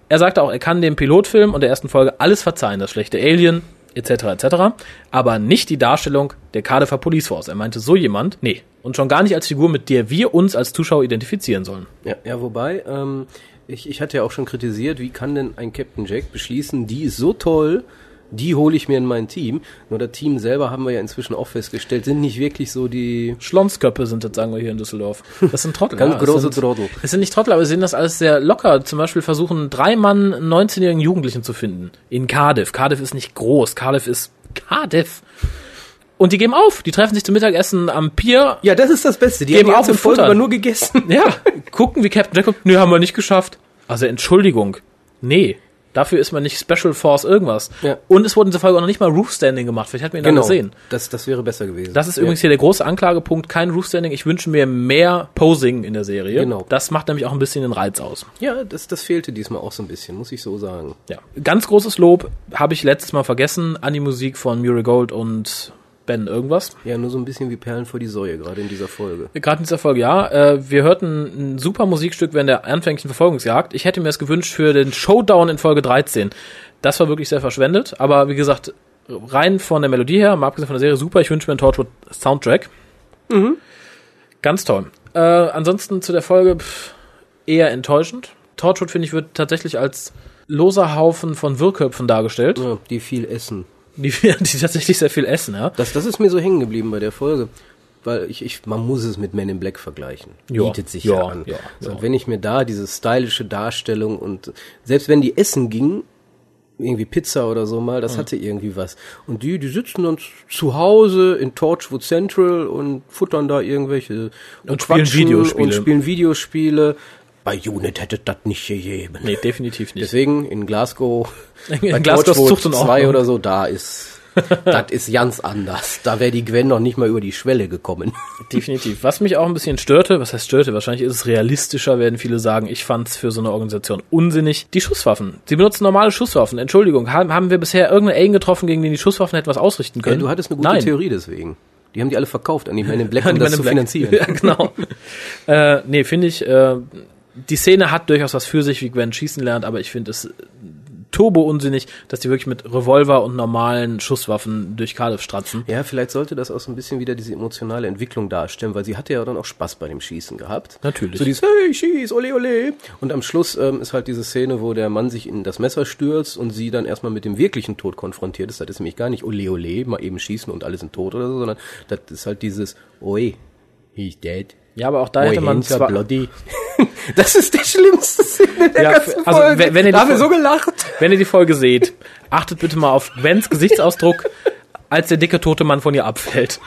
Speaker 4: er sagte auch, er kann dem Pilotfilm und der ersten Folge alles verzeihen, das schlechte Alien, etc., etc., aber nicht die Darstellung der Cardiff Police Force. Er meinte, so jemand, nee. Und schon gar nicht als Figur, mit der wir uns als Zuschauer identifizieren sollen.
Speaker 5: Ja, ja wobei, ähm, ich, ich hatte ja auch schon kritisiert, wie kann denn ein Captain Jack beschließen, die ist so toll, die hole ich mir in mein Team. Nur das Team selber haben wir ja inzwischen auch festgestellt, sind nicht wirklich so die.
Speaker 4: Schlonsköppe sind das, sagen wir hier in Düsseldorf. Das sind Trottel.
Speaker 5: Ganz
Speaker 4: es
Speaker 5: große
Speaker 4: sind,
Speaker 5: Trottel.
Speaker 4: Es sind nicht Trottel, aber sie sehen das alles sehr locker. Zum Beispiel versuchen drei Mann einen 19-jährigen Jugendlichen zu finden. In Cardiff. Cardiff ist nicht groß. Cardiff ist Cardiff. Und die geben auf. Die treffen sich zum Mittagessen am Pier.
Speaker 5: Ja, das ist das Beste. Die
Speaker 4: Geben
Speaker 5: haben die
Speaker 4: auch
Speaker 5: ganze
Speaker 4: und
Speaker 5: Folge
Speaker 4: futtern.
Speaker 5: über nur gegessen.
Speaker 4: Ja. Gucken, wie Captain Jack kommt. Nö, haben wir nicht geschafft. Also Entschuldigung. Nee. Dafür ist man nicht Special Force irgendwas.
Speaker 5: Ja.
Speaker 4: Und es wurde in dieser Folge auch noch nicht mal Roof Standing gemacht. Vielleicht hat man ihn genau. gesehen.
Speaker 5: Das, das wäre besser gewesen.
Speaker 4: Das ist
Speaker 5: Ja.
Speaker 4: übrigens hier der große Anklagepunkt, kein Roofstanding. Ich wünsche mir mehr Posing in der Serie.
Speaker 5: Genau.
Speaker 4: Das macht nämlich auch ein bisschen den Reiz aus.
Speaker 5: Ja, das, das fehlte diesmal auch so ein bisschen, muss ich so sagen.
Speaker 4: Ja. Ganz großes Lob habe ich letztes Mal vergessen an die Musik von Murray Gold und Ben irgendwas.
Speaker 5: Ja, nur so ein bisschen wie Perlen vor die Säue, gerade in dieser Folge.
Speaker 4: Gerade in dieser Folge, ja. Äh, wir hörten ein super Musikstück während der anfänglichen Verfolgungsjagd. Ich hätte mir es gewünscht für den Showdown in Folge 13. Das war wirklich sehr verschwendet. Aber wie gesagt, rein von der Melodie her, mal abgesehen von der Serie, super. Ich wünsche mir einen Torchwood Soundtrack. Ganz toll. Äh, ansonsten zu der Folge pff, eher enttäuschend. Torchwood, finde ich, wird tatsächlich als loser Haufen von Wirrköpfen dargestellt,
Speaker 5: Ja, die viel essen.
Speaker 4: die, die tatsächlich sehr viel essen, ja.
Speaker 5: Das, das ist mir so hängen geblieben bei der Folge. Weil ich, ich, man muss es mit Men in Black vergleichen.
Speaker 4: Ja,
Speaker 5: Bietet sich
Speaker 4: ja,
Speaker 5: ja, an.
Speaker 4: ja,
Speaker 5: so,
Speaker 4: ja.
Speaker 5: Wenn ich mir da diese stylische Darstellung und selbst wenn die essen gingen, irgendwie Pizza oder so mal, das
Speaker 4: Mhm.
Speaker 5: hatte irgendwie was. Und die, die sitzen dann zu Hause in Torchwood Central und futtern da irgendwelche
Speaker 4: Und spielen
Speaker 5: quatschen
Speaker 4: Videospiele.
Speaker 5: und spielen Videospiele. Bei Unit hätte das nicht gegeben.
Speaker 4: Nee, definitiv nicht.
Speaker 5: Deswegen in Glasgow,
Speaker 4: In Glasgow ist Zucht und Ordnung.
Speaker 5: zwei oder so, da ist das ist ganz anders. Da wäre die Gwen noch nicht mal über die Schwelle gekommen.
Speaker 4: Definitiv. Was mich auch ein bisschen störte, was heißt störte, wahrscheinlich ist es realistischer, werden viele sagen, ich fand es für so eine Organisation unsinnig. Die Schusswaffen. Sie benutzen normale Schusswaffen. Entschuldigung, haben, haben wir bisher irgendeine Alien getroffen, gegen den die Schusswaffen etwas ausrichten können?
Speaker 5: du hattest eine gute
Speaker 4: Nein.
Speaker 5: Theorie deswegen. Die haben die alle verkauft an die Men in Black,
Speaker 4: An
Speaker 5: um
Speaker 4: die
Speaker 5: das
Speaker 4: Men
Speaker 5: zu
Speaker 4: in Black.
Speaker 5: finanzieren.
Speaker 4: Ja, genau. äh, nee, finde ich, äh, die Szene hat durchaus was für sich, wie Gwen schießen lernt, aber ich finde es turbo unsinnig, dass die wirklich mit Revolver und normalen Schusswaffen durch Cardiff stratzen.
Speaker 5: Ja, vielleicht sollte das auch so ein bisschen wieder diese emotionale Entwicklung darstellen, weil sie hatte ja dann auch Spaß bei dem Schießen gehabt.
Speaker 4: Natürlich.
Speaker 5: So dieses, hey, ich schieß, ole, ole. Und am Schluss ähm, ist halt diese Szene, wo der Mann sich in das Messer stürzt und sie dann erstmal mit dem wirklichen Tod konfrontiert ist. Das ist nämlich gar nicht ole, ole, mal eben schießen und alle sind tot oder so, sondern das ist halt dieses, oi, he's dead.
Speaker 4: Ja, aber auch da hätte
Speaker 5: Oi,
Speaker 4: man
Speaker 5: hands are
Speaker 4: zwar-
Speaker 5: bloody. das ist die schlimmste Szene der
Speaker 4: Ja,
Speaker 5: ganzen
Speaker 4: also,
Speaker 5: Folge.
Speaker 4: wenn- wenn ihr die
Speaker 5: da haben wir so
Speaker 4: Folge-
Speaker 5: gelacht.
Speaker 4: Wenn ihr die Folge seht, achtet bitte mal auf Gwens Gesichtsausdruck, als der dicke tote Mann von ihr abfällt.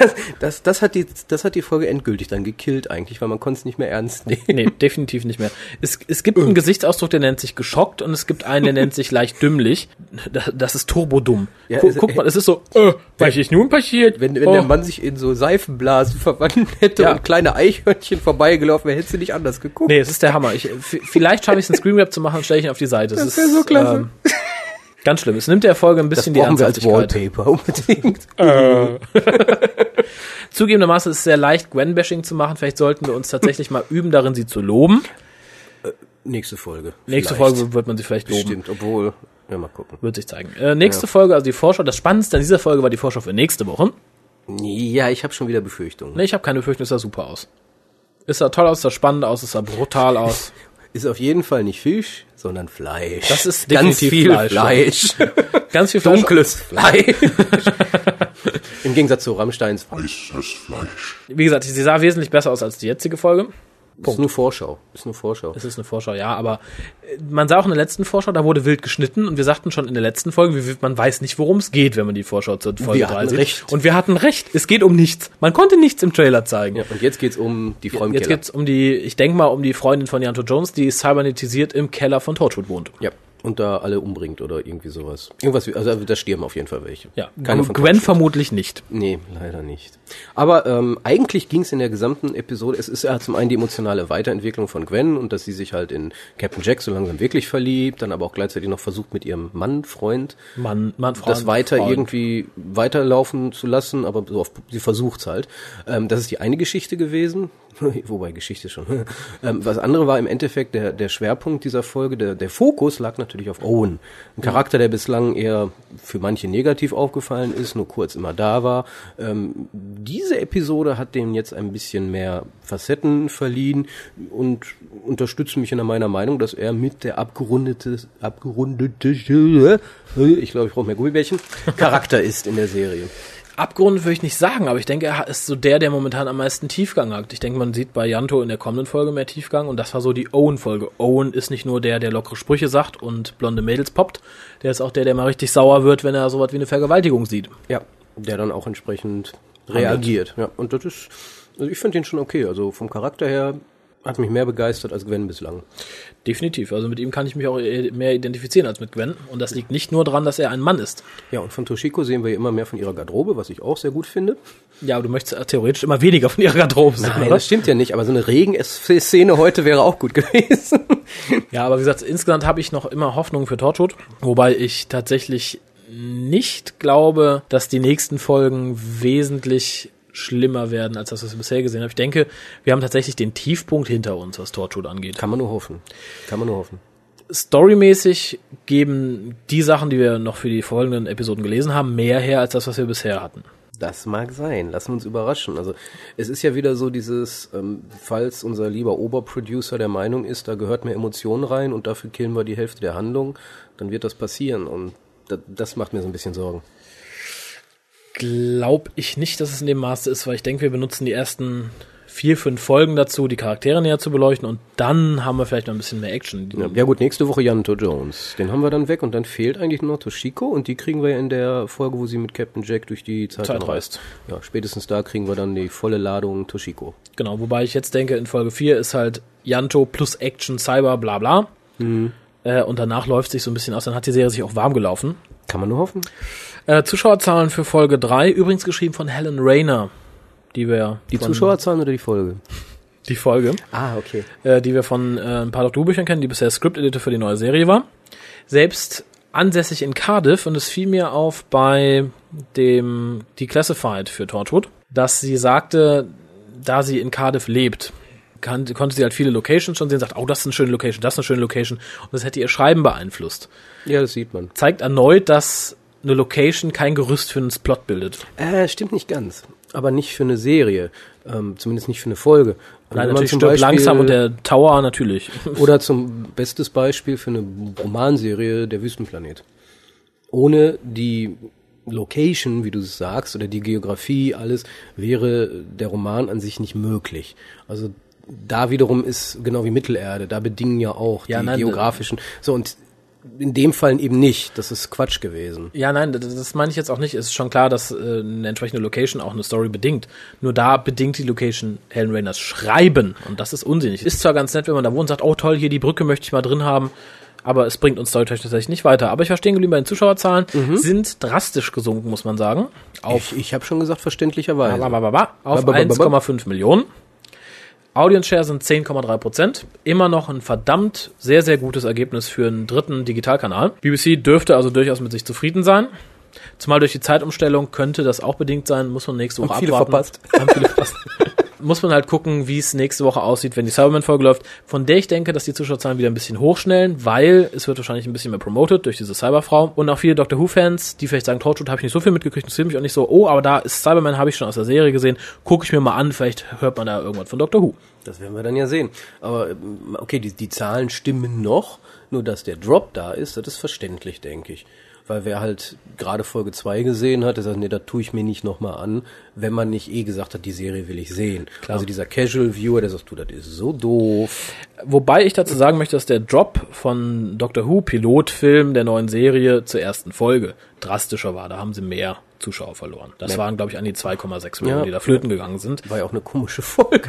Speaker 5: Das, das, das, hat die, das hat die Folge endgültig dann gekillt eigentlich, weil man konnte es nicht mehr ernst nehmen.
Speaker 4: Nee, definitiv nicht mehr. Es, es gibt
Speaker 5: Äh.
Speaker 4: einen Gesichtsausdruck, der nennt sich geschockt und es gibt einen, der nennt sich leicht dümmlich. Das, das ist turbodumm.
Speaker 5: Ja,
Speaker 4: Gu-
Speaker 5: es-
Speaker 4: Guck mal, es ist so, äh, was ist nun passiert?
Speaker 5: Wenn, wenn
Speaker 4: Oh.
Speaker 5: der Mann sich in so Seifenblasen verwandelt hätte
Speaker 4: Ja.
Speaker 5: und kleine Eichhörnchen vorbeigelaufen wäre, hättest du nicht anders geguckt.
Speaker 4: Nee, es ist der Hammer. Ich, v- vielleicht schaffe ich es, einen Screengrab zu machen und stelle ich ihn auf die Seite. Es
Speaker 5: wär
Speaker 4: ist,
Speaker 5: so klasse.
Speaker 4: ähm, ganz schlimm. Es nimmt der Folge ein bisschen die Ernsthaftigkeit.
Speaker 5: unbedingt.
Speaker 4: Zugegebenermaßen ist es sehr leicht, Gwen-Bashing zu machen. Vielleicht sollten wir uns tatsächlich mal üben, darin sie zu loben.
Speaker 5: Nächste Folge.
Speaker 4: Nächste Folge wird man sie vielleicht loben.
Speaker 5: Stimmt, obwohl. Ja, mal gucken.
Speaker 4: Wird sich zeigen. Äh, nächste Folge, also die Vorschau. Das Spannendste an dieser Folge war die Vorschau für nächste Woche.
Speaker 5: Ja, ich habe schon wieder Befürchtungen.
Speaker 4: Ne, ich habe keine Befürchtung, es sah super aus. Es sah toll aus, es sah spannend aus, es sah brutal aus.
Speaker 5: Ist auf jeden Fall nicht Fisch, sondern Fleisch.
Speaker 4: Das ist
Speaker 5: ganz
Speaker 4: definitiv
Speaker 5: viel
Speaker 4: Fleisch.
Speaker 5: Fleisch.
Speaker 4: Ganz viel Fleisch.
Speaker 5: Dunkles Fleisch. Im Gegensatz zu Rammsteins Fleisch.
Speaker 4: Wie gesagt, sie sah wesentlich besser aus als die jetzige Folge.
Speaker 5: Ist nur Vorschau. Ist nur Vorschau.
Speaker 4: Es ist eine Vorschau, ja, aber äh, man sah auch in der letzten Vorschau, da wurde wild geschnitten und wir sagten schon in der letzten Folge, wie wild- man weiß nicht, worum es geht, wenn man die Vorschau zur Folge
Speaker 5: Wir hatten
Speaker 4: 3 sieht.
Speaker 5: recht.
Speaker 4: Und wir hatten recht. Es geht um nichts. Man konnte nichts im Trailer zeigen.
Speaker 5: Ja, und jetzt geht's um die Frau im
Speaker 4: Jetzt
Speaker 5: Keller.
Speaker 4: geht's um die, ich denke mal, um die Freundin von Janto Jones, die cybernetisiert im Keller von Torchwood wohnt.
Speaker 5: Ja. Und da alle umbringt oder irgendwie sowas. Irgendwas, wie- also da stirben auf jeden Fall welche.
Speaker 4: Ja,
Speaker 5: Keine von
Speaker 4: Gwen
Speaker 5: Torchwood.
Speaker 4: vermutlich nicht.
Speaker 5: Nee, leider nicht. Aber ähm, eigentlich ging es in der gesamten Episode, es ist ja zum einen die emotionale Weiterentwicklung von Gwen und dass sie sich halt in Captain Jack so langsam wirklich verliebt, dann aber auch gleichzeitig noch versucht mit ihrem Mann, Freund,
Speaker 4: Mann, Mann, Frau.
Speaker 5: das weiter
Speaker 4: Frau.
Speaker 5: irgendwie weiterlaufen zu lassen, aber so auf, sie versucht's halt. Ähm, das ist die eine Geschichte gewesen, wobei Geschichte schon. ähm, was andere war im Endeffekt der, der Schwerpunkt dieser Folge, der, der Fokus lag natürlich auf Owen. Ein Charakter, der bislang eher für manche negativ aufgefallen ist, nur kurz immer da war. Ähm, diese Episode hat dem jetzt ein bisschen mehr Facetten verliehen und unterstützt mich in meiner Meinung, dass er mit der abgerundete, abgerundete, ich glaube, ich brauche mehr Gummibärchen, Charakter ist in der Serie.
Speaker 4: Abgrund würde ich nicht sagen, aber ich denke, er ist so der, der momentan am meisten Tiefgang hat. Ich denke, man sieht bei Janto in der kommenden Folge mehr Tiefgang und das war so die Owen-Folge. Owen ist nicht nur der, der lockere Sprüche sagt und blonde Mädels poppt, der ist auch der, der mal richtig sauer wird, wenn er sowas wie eine Vergewaltigung sieht.
Speaker 5: Ja, der dann auch entsprechend reagiert. Ja, und das ist, also ich finde den schon okay. Also vom Charakter her hat mich mehr begeistert als Gwen bislang.
Speaker 4: Definitiv. Also mit ihm kann ich mich auch eh mehr identifizieren als mit Gwen. Und das liegt nicht nur daran, dass er ein Mann ist.
Speaker 5: Ja, und von Toshiko sehen wir immer mehr von ihrer Garderobe, was ich auch sehr gut finde.
Speaker 4: Ja, aber du möchtest äh, theoretisch immer weniger von ihrer Garderobe sehen,
Speaker 5: Nein,
Speaker 4: oder?
Speaker 5: das stimmt ja nicht, aber so eine Regen-Szene heute wäre auch gut gewesen.
Speaker 4: Ja, aber wie gesagt, insgesamt habe ich noch immer Hoffnung für Torchwood, wobei ich tatsächlich nicht glaube, dass die nächsten Folgen wesentlich schlimmer werden, als das, was wir bisher gesehen haben. Ich denke, wir haben tatsächlich den Tiefpunkt hinter uns, was Torchwood angeht.
Speaker 5: Kann man nur hoffen. Kann man nur hoffen.
Speaker 4: Storymäßig geben die Sachen, die wir noch für die folgenden Episoden gelesen haben, mehr her, als das, was wir bisher hatten.
Speaker 5: Das mag sein. Lassen wir uns überraschen. Also es ist ja wieder so dieses, ähm, falls unser lieber Oberproducer der Meinung ist, da gehört mehr Emotion rein und dafür killen wir die Hälfte der Handlung, dann wird das passieren. Und da, das macht mir so ein bisschen Sorgen.
Speaker 4: Glaub ich nicht, dass es in dem Maße ist, weil ich denke, wir benutzen die ersten vier, fünf Folgen dazu, die Charaktere näher zu beleuchten und dann haben wir vielleicht noch ein bisschen mehr Action.
Speaker 5: Ja, ja gut, nächste Woche Janto Jones. Den haben wir dann weg und dann fehlt eigentlich nur noch Toshiko und die kriegen wir in der Folge, wo sie mit Captain Jack durch die Zeit,
Speaker 4: Zeit reist.
Speaker 5: reist. Ja, spätestens da kriegen wir dann die volle Ladung Toshiko.
Speaker 4: Genau, wobei ich jetzt denke, in Folge 4 ist halt Janto plus Action, Cyber, bla bla. Äh, und danach läuft sich so ein bisschen aus, dann hat die Serie sich auch warm gelaufen.
Speaker 5: Kann man nur hoffen.
Speaker 4: Äh, Zuschauerzahlen für Folge 3, übrigens geschrieben von Helen Rayner, die wir
Speaker 5: Die
Speaker 4: von,
Speaker 5: Zuschauerzahlen oder die Folge?
Speaker 4: die Folge,
Speaker 5: Ah, okay.
Speaker 4: äh, die wir von äh, ein paar Doctor Who-Büchern kennen, die bisher Script-Editor für die neue Serie war. Selbst ansässig in Cardiff und es fiel mir auf bei dem Declassified für Torchwood, dass sie sagte, da sie in Cardiff lebt, kann, konnte sie halt viele Locations schon sehen, sagt, oh, das ist eine schöne Location, das ist eine schöne Location und das hätte ihr Schreiben beeinflusst.
Speaker 5: Ja, das sieht man.
Speaker 4: Zeigt erneut, dass eine Location kein Gerüst für einen Plot bildet.
Speaker 5: Äh, stimmt nicht ganz. Aber nicht für eine Serie. Ähm, zumindest nicht für eine Folge.
Speaker 4: Nein,
Speaker 5: Wenn man
Speaker 4: natürlich
Speaker 5: zum
Speaker 4: stirbt
Speaker 5: Beispiel-
Speaker 4: langsam und der Tower natürlich.
Speaker 5: Oder zum bestes Beispiel für eine Romanserie der Wüstenplanet. Ohne die Location, wie du es sagst, oder die Geografie, alles, wäre der Roman an sich nicht möglich. Also da wiederum ist genau wie Mittelerde, da bedingen ja auch
Speaker 4: Ja,
Speaker 5: die
Speaker 4: nein,
Speaker 5: geografischen. So und in dem Fall eben nicht. Das ist Quatsch gewesen.
Speaker 4: Ja, nein, das, das meine ich jetzt auch nicht. Es ist schon klar, dass äh, eine entsprechende Location auch eine Story bedingt. Nur da bedingt die Location Helen Rayners Schreiben. Und das ist unsinnig. Ist zwar ganz nett, wenn man da wohnt und sagt, oh toll, hier die Brücke möchte ich mal drin haben. Aber es bringt uns storytechnisch tatsächlich nicht weiter. Aber ich verstehe geblieben, bei den Zuschauerzahlen sind drastisch gesunken, muss man sagen. Auf,
Speaker 5: Ich, ich habe schon gesagt, verständlicherweise.
Speaker 4: ba, ba, ba, ba, auf
Speaker 5: Ba, ba, ba, ba, ba.
Speaker 4: 1,5 Millionen. Audience Share sind 10,3 Prozent. Immer noch ein verdammt sehr, sehr gutes Ergebnis für einen dritten Digitalkanal. BBC dürfte also durchaus mit sich zufrieden sein. Zumal durch die Zeitumstellung könnte das auch bedingt sein, muss man nächste Woche
Speaker 5: Haben viele
Speaker 4: abwarten.
Speaker 5: verpasst.
Speaker 4: Haben viele verpasst. muss man halt gucken, wie es nächste Woche aussieht, wenn die Cyberman-Folge läuft. Von der ich denke, dass die Zuschauerzahlen wieder ein bisschen hochschnellen, weil es wird wahrscheinlich ein bisschen mehr promoted durch diese Cyberfrau. Und auch viele Doctor Who-Fans, die vielleicht sagen, Torchwood habe ich nicht so viel mitgekriegt, interessiert mich auch nicht so, oh, aber da ist Cyberman, habe ich schon aus der Serie gesehen, gucke ich mir mal an, vielleicht hört man da irgendwas von Doctor Who.
Speaker 5: Das werden wir dann ja sehen. Aber ähm, okay, die, die Zahlen stimmen noch, nur dass der Drop da ist, das ist verständlich, denke ich. Weil wer halt gerade Folge 2 gesehen hat, der sagt, nee, da tue ich mir nicht nochmal an, wenn man nicht eh gesagt hat, die Serie will ich sehen. Also dieser Casual Viewer, der sagt, du, das ist so doof.
Speaker 4: Wobei ich dazu sagen möchte, dass der Drop von Doctor Who Pilotfilm der neuen Serie zur ersten Folge drastischer war. Da haben sie mehr Zuschauer verloren. Das waren, glaube ich, an die 2,6 Millionen,
Speaker 5: Ja.
Speaker 4: die da flöten gegangen sind.
Speaker 5: War ja auch eine komische Folge.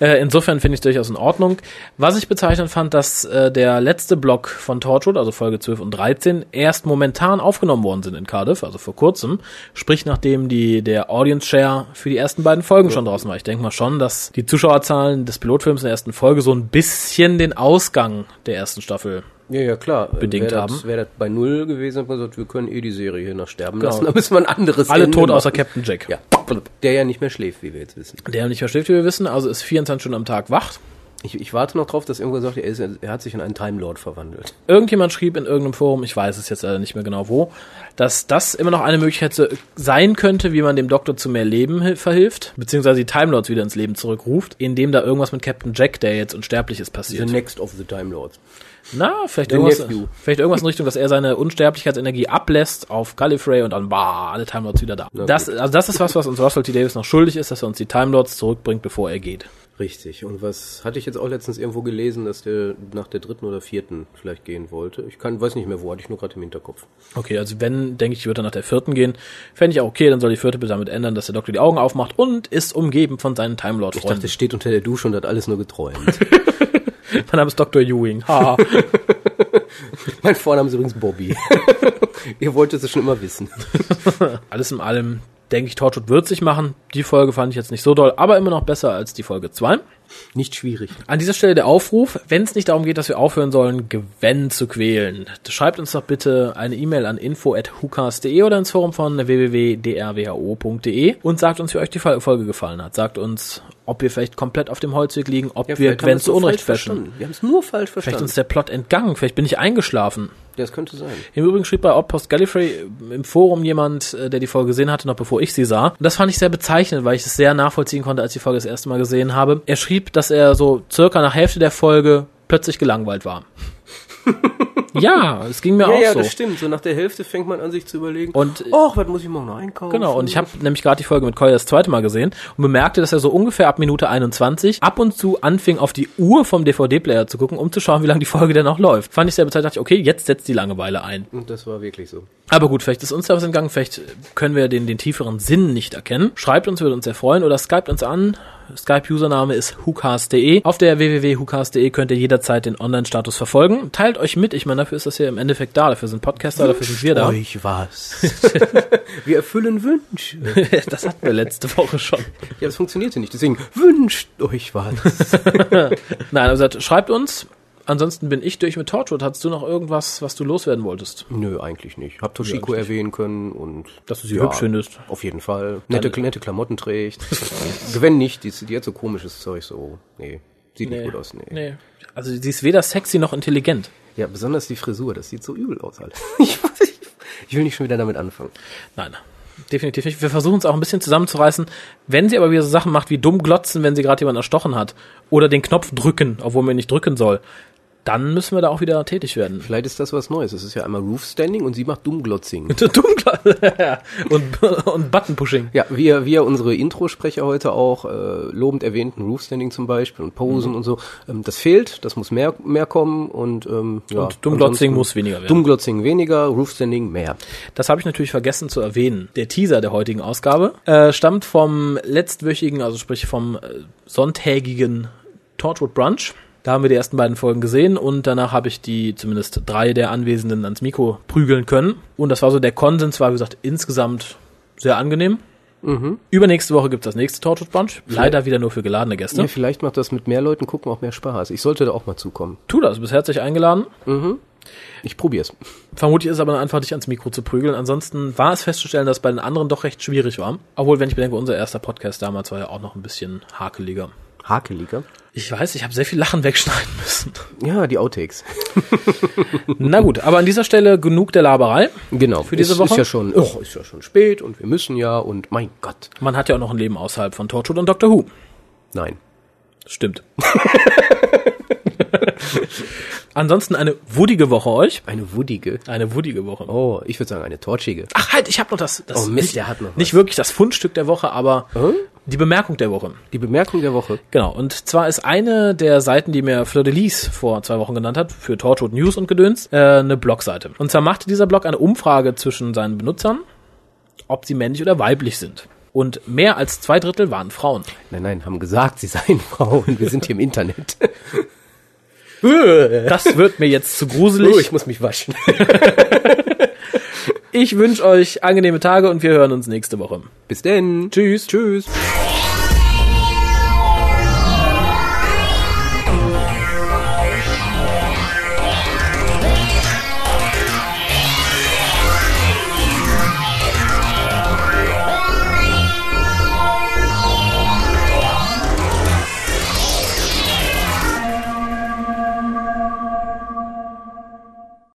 Speaker 4: Äh, insofern finde ich durchaus in Ordnung. Was ich bezeichnend fand, dass äh, der letzte Block von Torchwood, also Folge 12 und 13, erst momentan aufgenommen worden sind in Cardiff, also vor kurzem. Sprich, nachdem die, der Audience Share für die ersten beiden Folgen schon draußen war. Ich denke mal schon, dass die Zuschauerzahlen des Pilotfilms in der ersten Folge so ein bisschen den Ausgang der ersten Staffel
Speaker 5: Ja, ja, klar.
Speaker 4: Bedingt
Speaker 5: wäre
Speaker 4: haben.
Speaker 5: Das, wäre das bei Null gewesen, hat man gesagt, wir können eh die Serie hier noch sterben
Speaker 4: Genau.
Speaker 5: lassen. Da müssen wir ein anderes
Speaker 4: Alle
Speaker 5: Ende
Speaker 4: tot außer
Speaker 5: machen.
Speaker 4: Captain Jack.
Speaker 5: Ja, der ja nicht mehr schläft, wie wir jetzt wissen.
Speaker 4: Der nicht versteht, wie wir wissen, also ist 24 Stunden am Tag wach.
Speaker 5: Ich, ich warte noch drauf, dass irgendwer sagt, er, ist, er hat sich in einen Time Lord verwandelt.
Speaker 4: Irgendjemand schrieb in irgendeinem Forum, ich weiß es jetzt leider nicht mehr genau wo, dass das immer noch eine Möglichkeit se- sein könnte, wie man dem Doktor zu mehr Leben hi- verhilft, beziehungsweise die Time Lords wieder ins Leben zurückruft, indem da irgendwas mit Captain Jack, der jetzt unsterblich ist,
Speaker 5: The
Speaker 4: passiert.
Speaker 5: Next of the Time Lords.
Speaker 4: Na, vielleicht
Speaker 5: The
Speaker 4: irgendwas,
Speaker 5: Nephew.
Speaker 4: vielleicht irgendwas in Richtung, dass er seine Unsterblichkeitsenergie ablässt auf Gallifrey und dann war alle Time Lords wieder da. Das, also das ist was, was uns Russell T. Davis noch schuldig ist, dass er uns die Time Lords zurückbringt, bevor er geht.
Speaker 5: Richtig. Und was hatte ich jetzt auch letztens irgendwo gelesen, dass der nach der dritten oder vierten vielleicht gehen wollte? Ich kann, weiß nicht mehr, wo hatte ich nur gerade im Hinterkopf.
Speaker 4: Okay, also wenn, denke ich, wird er nach der vierten gehen. Fände ich auch okay, dann soll die vierte bitte damit ändern, dass der Doktor die Augen aufmacht und ist umgeben von seinen Time Lord
Speaker 5: Ich dachte,
Speaker 4: Freunden.
Speaker 5: es steht unter der Dusche und hat alles nur geträumt.
Speaker 4: Mein Name ist Dr. Ewing. Ha.
Speaker 5: mein Vorname ist übrigens Bobby. Ihr wolltet es schon immer wissen.
Speaker 4: Alles in allem, denke ich, Torchwood wird sich machen. Die Folge fand ich jetzt nicht so doll, aber immer noch besser als die Folge 2.
Speaker 5: Nicht schwierig.
Speaker 4: An dieser Stelle der Aufruf, wenn es nicht darum geht, dass wir aufhören sollen, Gwen zu quälen. Schreibt uns doch bitte eine E-Mail an info.hukas.de oder ins Forum von www.drwho.de e und sagt uns, wie euch die Fol- Folge gefallen hat. Sagt uns, ob wir vielleicht komplett auf dem Holzweg liegen, ob wir Gwen zu Unrecht fäschen.
Speaker 5: Wir haben es nur falsch
Speaker 4: Vielleicht
Speaker 5: verstanden.
Speaker 4: uns der Plot entgangen, vielleicht bin ich eingeschlafen.
Speaker 5: das könnte sein.
Speaker 4: Im Übrigen schrieb bei Outpost Gallifrey äh, im Forum jemand, äh, der die Folge gesehen hatte, noch bevor ich sie sah. Und das fand ich sehr bezeichnend, weil ich es sehr nachvollziehen konnte, als ich die Folge das erste Mal gesehen habe. Er schrieb, dass er so circa nach Hälfte der Folge plötzlich gelangweilt war. ja, es ging mir
Speaker 5: Ja,
Speaker 4: auch
Speaker 5: ja,
Speaker 4: so.
Speaker 5: das stimmt. So nach der Hälfte fängt man an, sich zu überlegen.
Speaker 4: Und-
Speaker 5: Och, was muss ich morgen noch einkaufen?
Speaker 4: Genau, und ich habe nämlich gerade die Folge mit Koya das zweite Mal gesehen und bemerkte, dass er so ungefähr ab Minute 21 ab und zu anfing, auf die Uhr vom DVD-Player zu gucken, um zu schauen, wie lange die Folge denn noch läuft. Fand ich sehr bezeichnend, dachte ich, okay, jetzt setzt die Langeweile ein.
Speaker 5: Und das war wirklich so.
Speaker 4: Aber gut, vielleicht ist uns da was entgangen, vielleicht können wir den, den tieferen Sinn nicht erkennen. Schreibt uns, würde uns sehr freuen oder skypt uns an. Skype-Username ist hukas.de. Auf der www.hukas.de könnt ihr jederzeit den Online-Status verfolgen. Teilt euch mit. Ich meine, dafür ist das ja im Endeffekt da. Dafür sind Podcaster, dafür sind wir da.
Speaker 5: Euch was. Wir erfüllen Wünsche.
Speaker 4: Das hatten wir letzte Woche schon.
Speaker 5: Ja, das funktionierte nicht. Deswegen wünscht euch was.
Speaker 4: Nein, also schreibt uns. Ansonsten bin ich durch mit Torchwood. Hattest du noch irgendwas, was du loswerden wolltest?
Speaker 5: Nö, eigentlich nicht. Hab Toshiko erwähnen können und dass du
Speaker 4: sie hübsch findest.
Speaker 5: Auf jeden Fall. Nette, nette Klamotten trägt. Gewinn nicht, die, die hat so komisches Zeug so. Nee, sieht nicht gut aus. Nee.
Speaker 4: nee. Also sie ist weder sexy noch intelligent.
Speaker 5: Ja, besonders die Frisur, das sieht so übel aus halt. Ich, weiß, nicht. ich will nicht schon wieder damit anfangen.
Speaker 4: Nein, definitiv nicht. Wir versuchen es auch ein bisschen zusammenzureißen. Wenn sie aber wieder so Sachen macht wie dumm glotzen, wenn sie gerade jemanden erstochen hat, oder den Knopf drücken, obwohl man ihn nicht drücken soll, dann müssen wir da auch wieder tätig werden.
Speaker 5: Vielleicht ist das was Neues. Es ist ja einmal Roof Standing und sie macht Dummglotzing.
Speaker 4: dumm glotzen und, und Button-Pushing.
Speaker 5: Ja, wir, wir unsere Introsprecher heute auch äh, lobend erwähnten Roof Standing zum Beispiel und Posen und so. Ähm, das fehlt, das muss mehr, mehr kommen und ähm, ja,
Speaker 4: Und Dummglotzing
Speaker 5: ansonsten
Speaker 4: muss weniger werden.
Speaker 5: Dummglotzing weniger, Roof Standing mehr.
Speaker 4: Das habe ich natürlich vergessen zu erwähnen. Der Teaser der heutigen Ausgabe äh, stammt vom letztwöchigen, also sprich vom äh, sonntägigen Torchwood Brunch. Da haben wir die ersten beiden Folgen gesehen und danach habe ich die zumindest drei der Anwesenden ans Mikro prügeln können. Und das war so der Konsens, war wie gesagt insgesamt sehr angenehm. Übernächste Woche gibt's das nächste Torchwood Brunch. Leider wieder nur für geladene Gäste.
Speaker 5: Ja, vielleicht macht das mit mehr Leuten gucken auch mehr Spaß. Ich sollte da auch mal zukommen.
Speaker 4: Tu das, du bist herzlich eingeladen.
Speaker 5: Ich probier's.
Speaker 4: Vermutlich ist es aber einfach, dich ans Mikro zu prügeln. Ansonsten war es festzustellen, dass es bei den anderen doch recht schwierig war. Obwohl, wenn ich bedenke, unser erster Podcast damals war ja auch noch ein bisschen hakeliger.
Speaker 5: Hakeliger.
Speaker 4: Ich weiß, ich habe sehr viel Lachen wegschneiden müssen.
Speaker 5: Ja, die Outtakes.
Speaker 4: Na gut, aber an dieser Stelle genug der Laberei.
Speaker 5: Genau.
Speaker 4: Für diese
Speaker 5: ist,
Speaker 4: Woche?
Speaker 5: Ist ja schon, oh, ist ja schon spät und wir müssen ja und mein Gott.
Speaker 4: Man hat ja auch noch ein Leben außerhalb von Torchwood und Doctor Who.
Speaker 5: Nein.
Speaker 4: Stimmt. Ansonsten eine wudige Woche euch.
Speaker 5: Eine wuddige.
Speaker 4: Eine wudige Woche.
Speaker 5: Oh, ich würde sagen eine torchige.
Speaker 4: Ach halt, ich habe noch das. das
Speaker 5: Oh Mist,
Speaker 4: nicht,
Speaker 5: der hat noch was.
Speaker 4: Nicht wirklich das Fundstück der Woche, aber die Bemerkung der Woche.
Speaker 5: Die Bemerkung der Woche.
Speaker 4: Genau, und zwar ist eine der Seiten, die mir Fleur de Lis vor zwei Wochen genannt hat, für Torchwood News und Gedöns, äh, eine Blogseite. Und zwar machte dieser Blog eine Umfrage zwischen seinen Benutzern, ob sie männlich oder weiblich sind. Und mehr als zwei Drittel waren Frauen.
Speaker 5: Nein, nein, haben gesagt, sie seien Frauen. Wir sind hier im Internet.
Speaker 4: Das wird mir jetzt zu
Speaker 5: Oh,
Speaker 4: gruselig.
Speaker 5: ich muss mich waschen.
Speaker 4: Ich wünsche euch angenehme Tage und wir hören uns nächste Woche.
Speaker 5: Bis denn. Tschüss. Tschüss.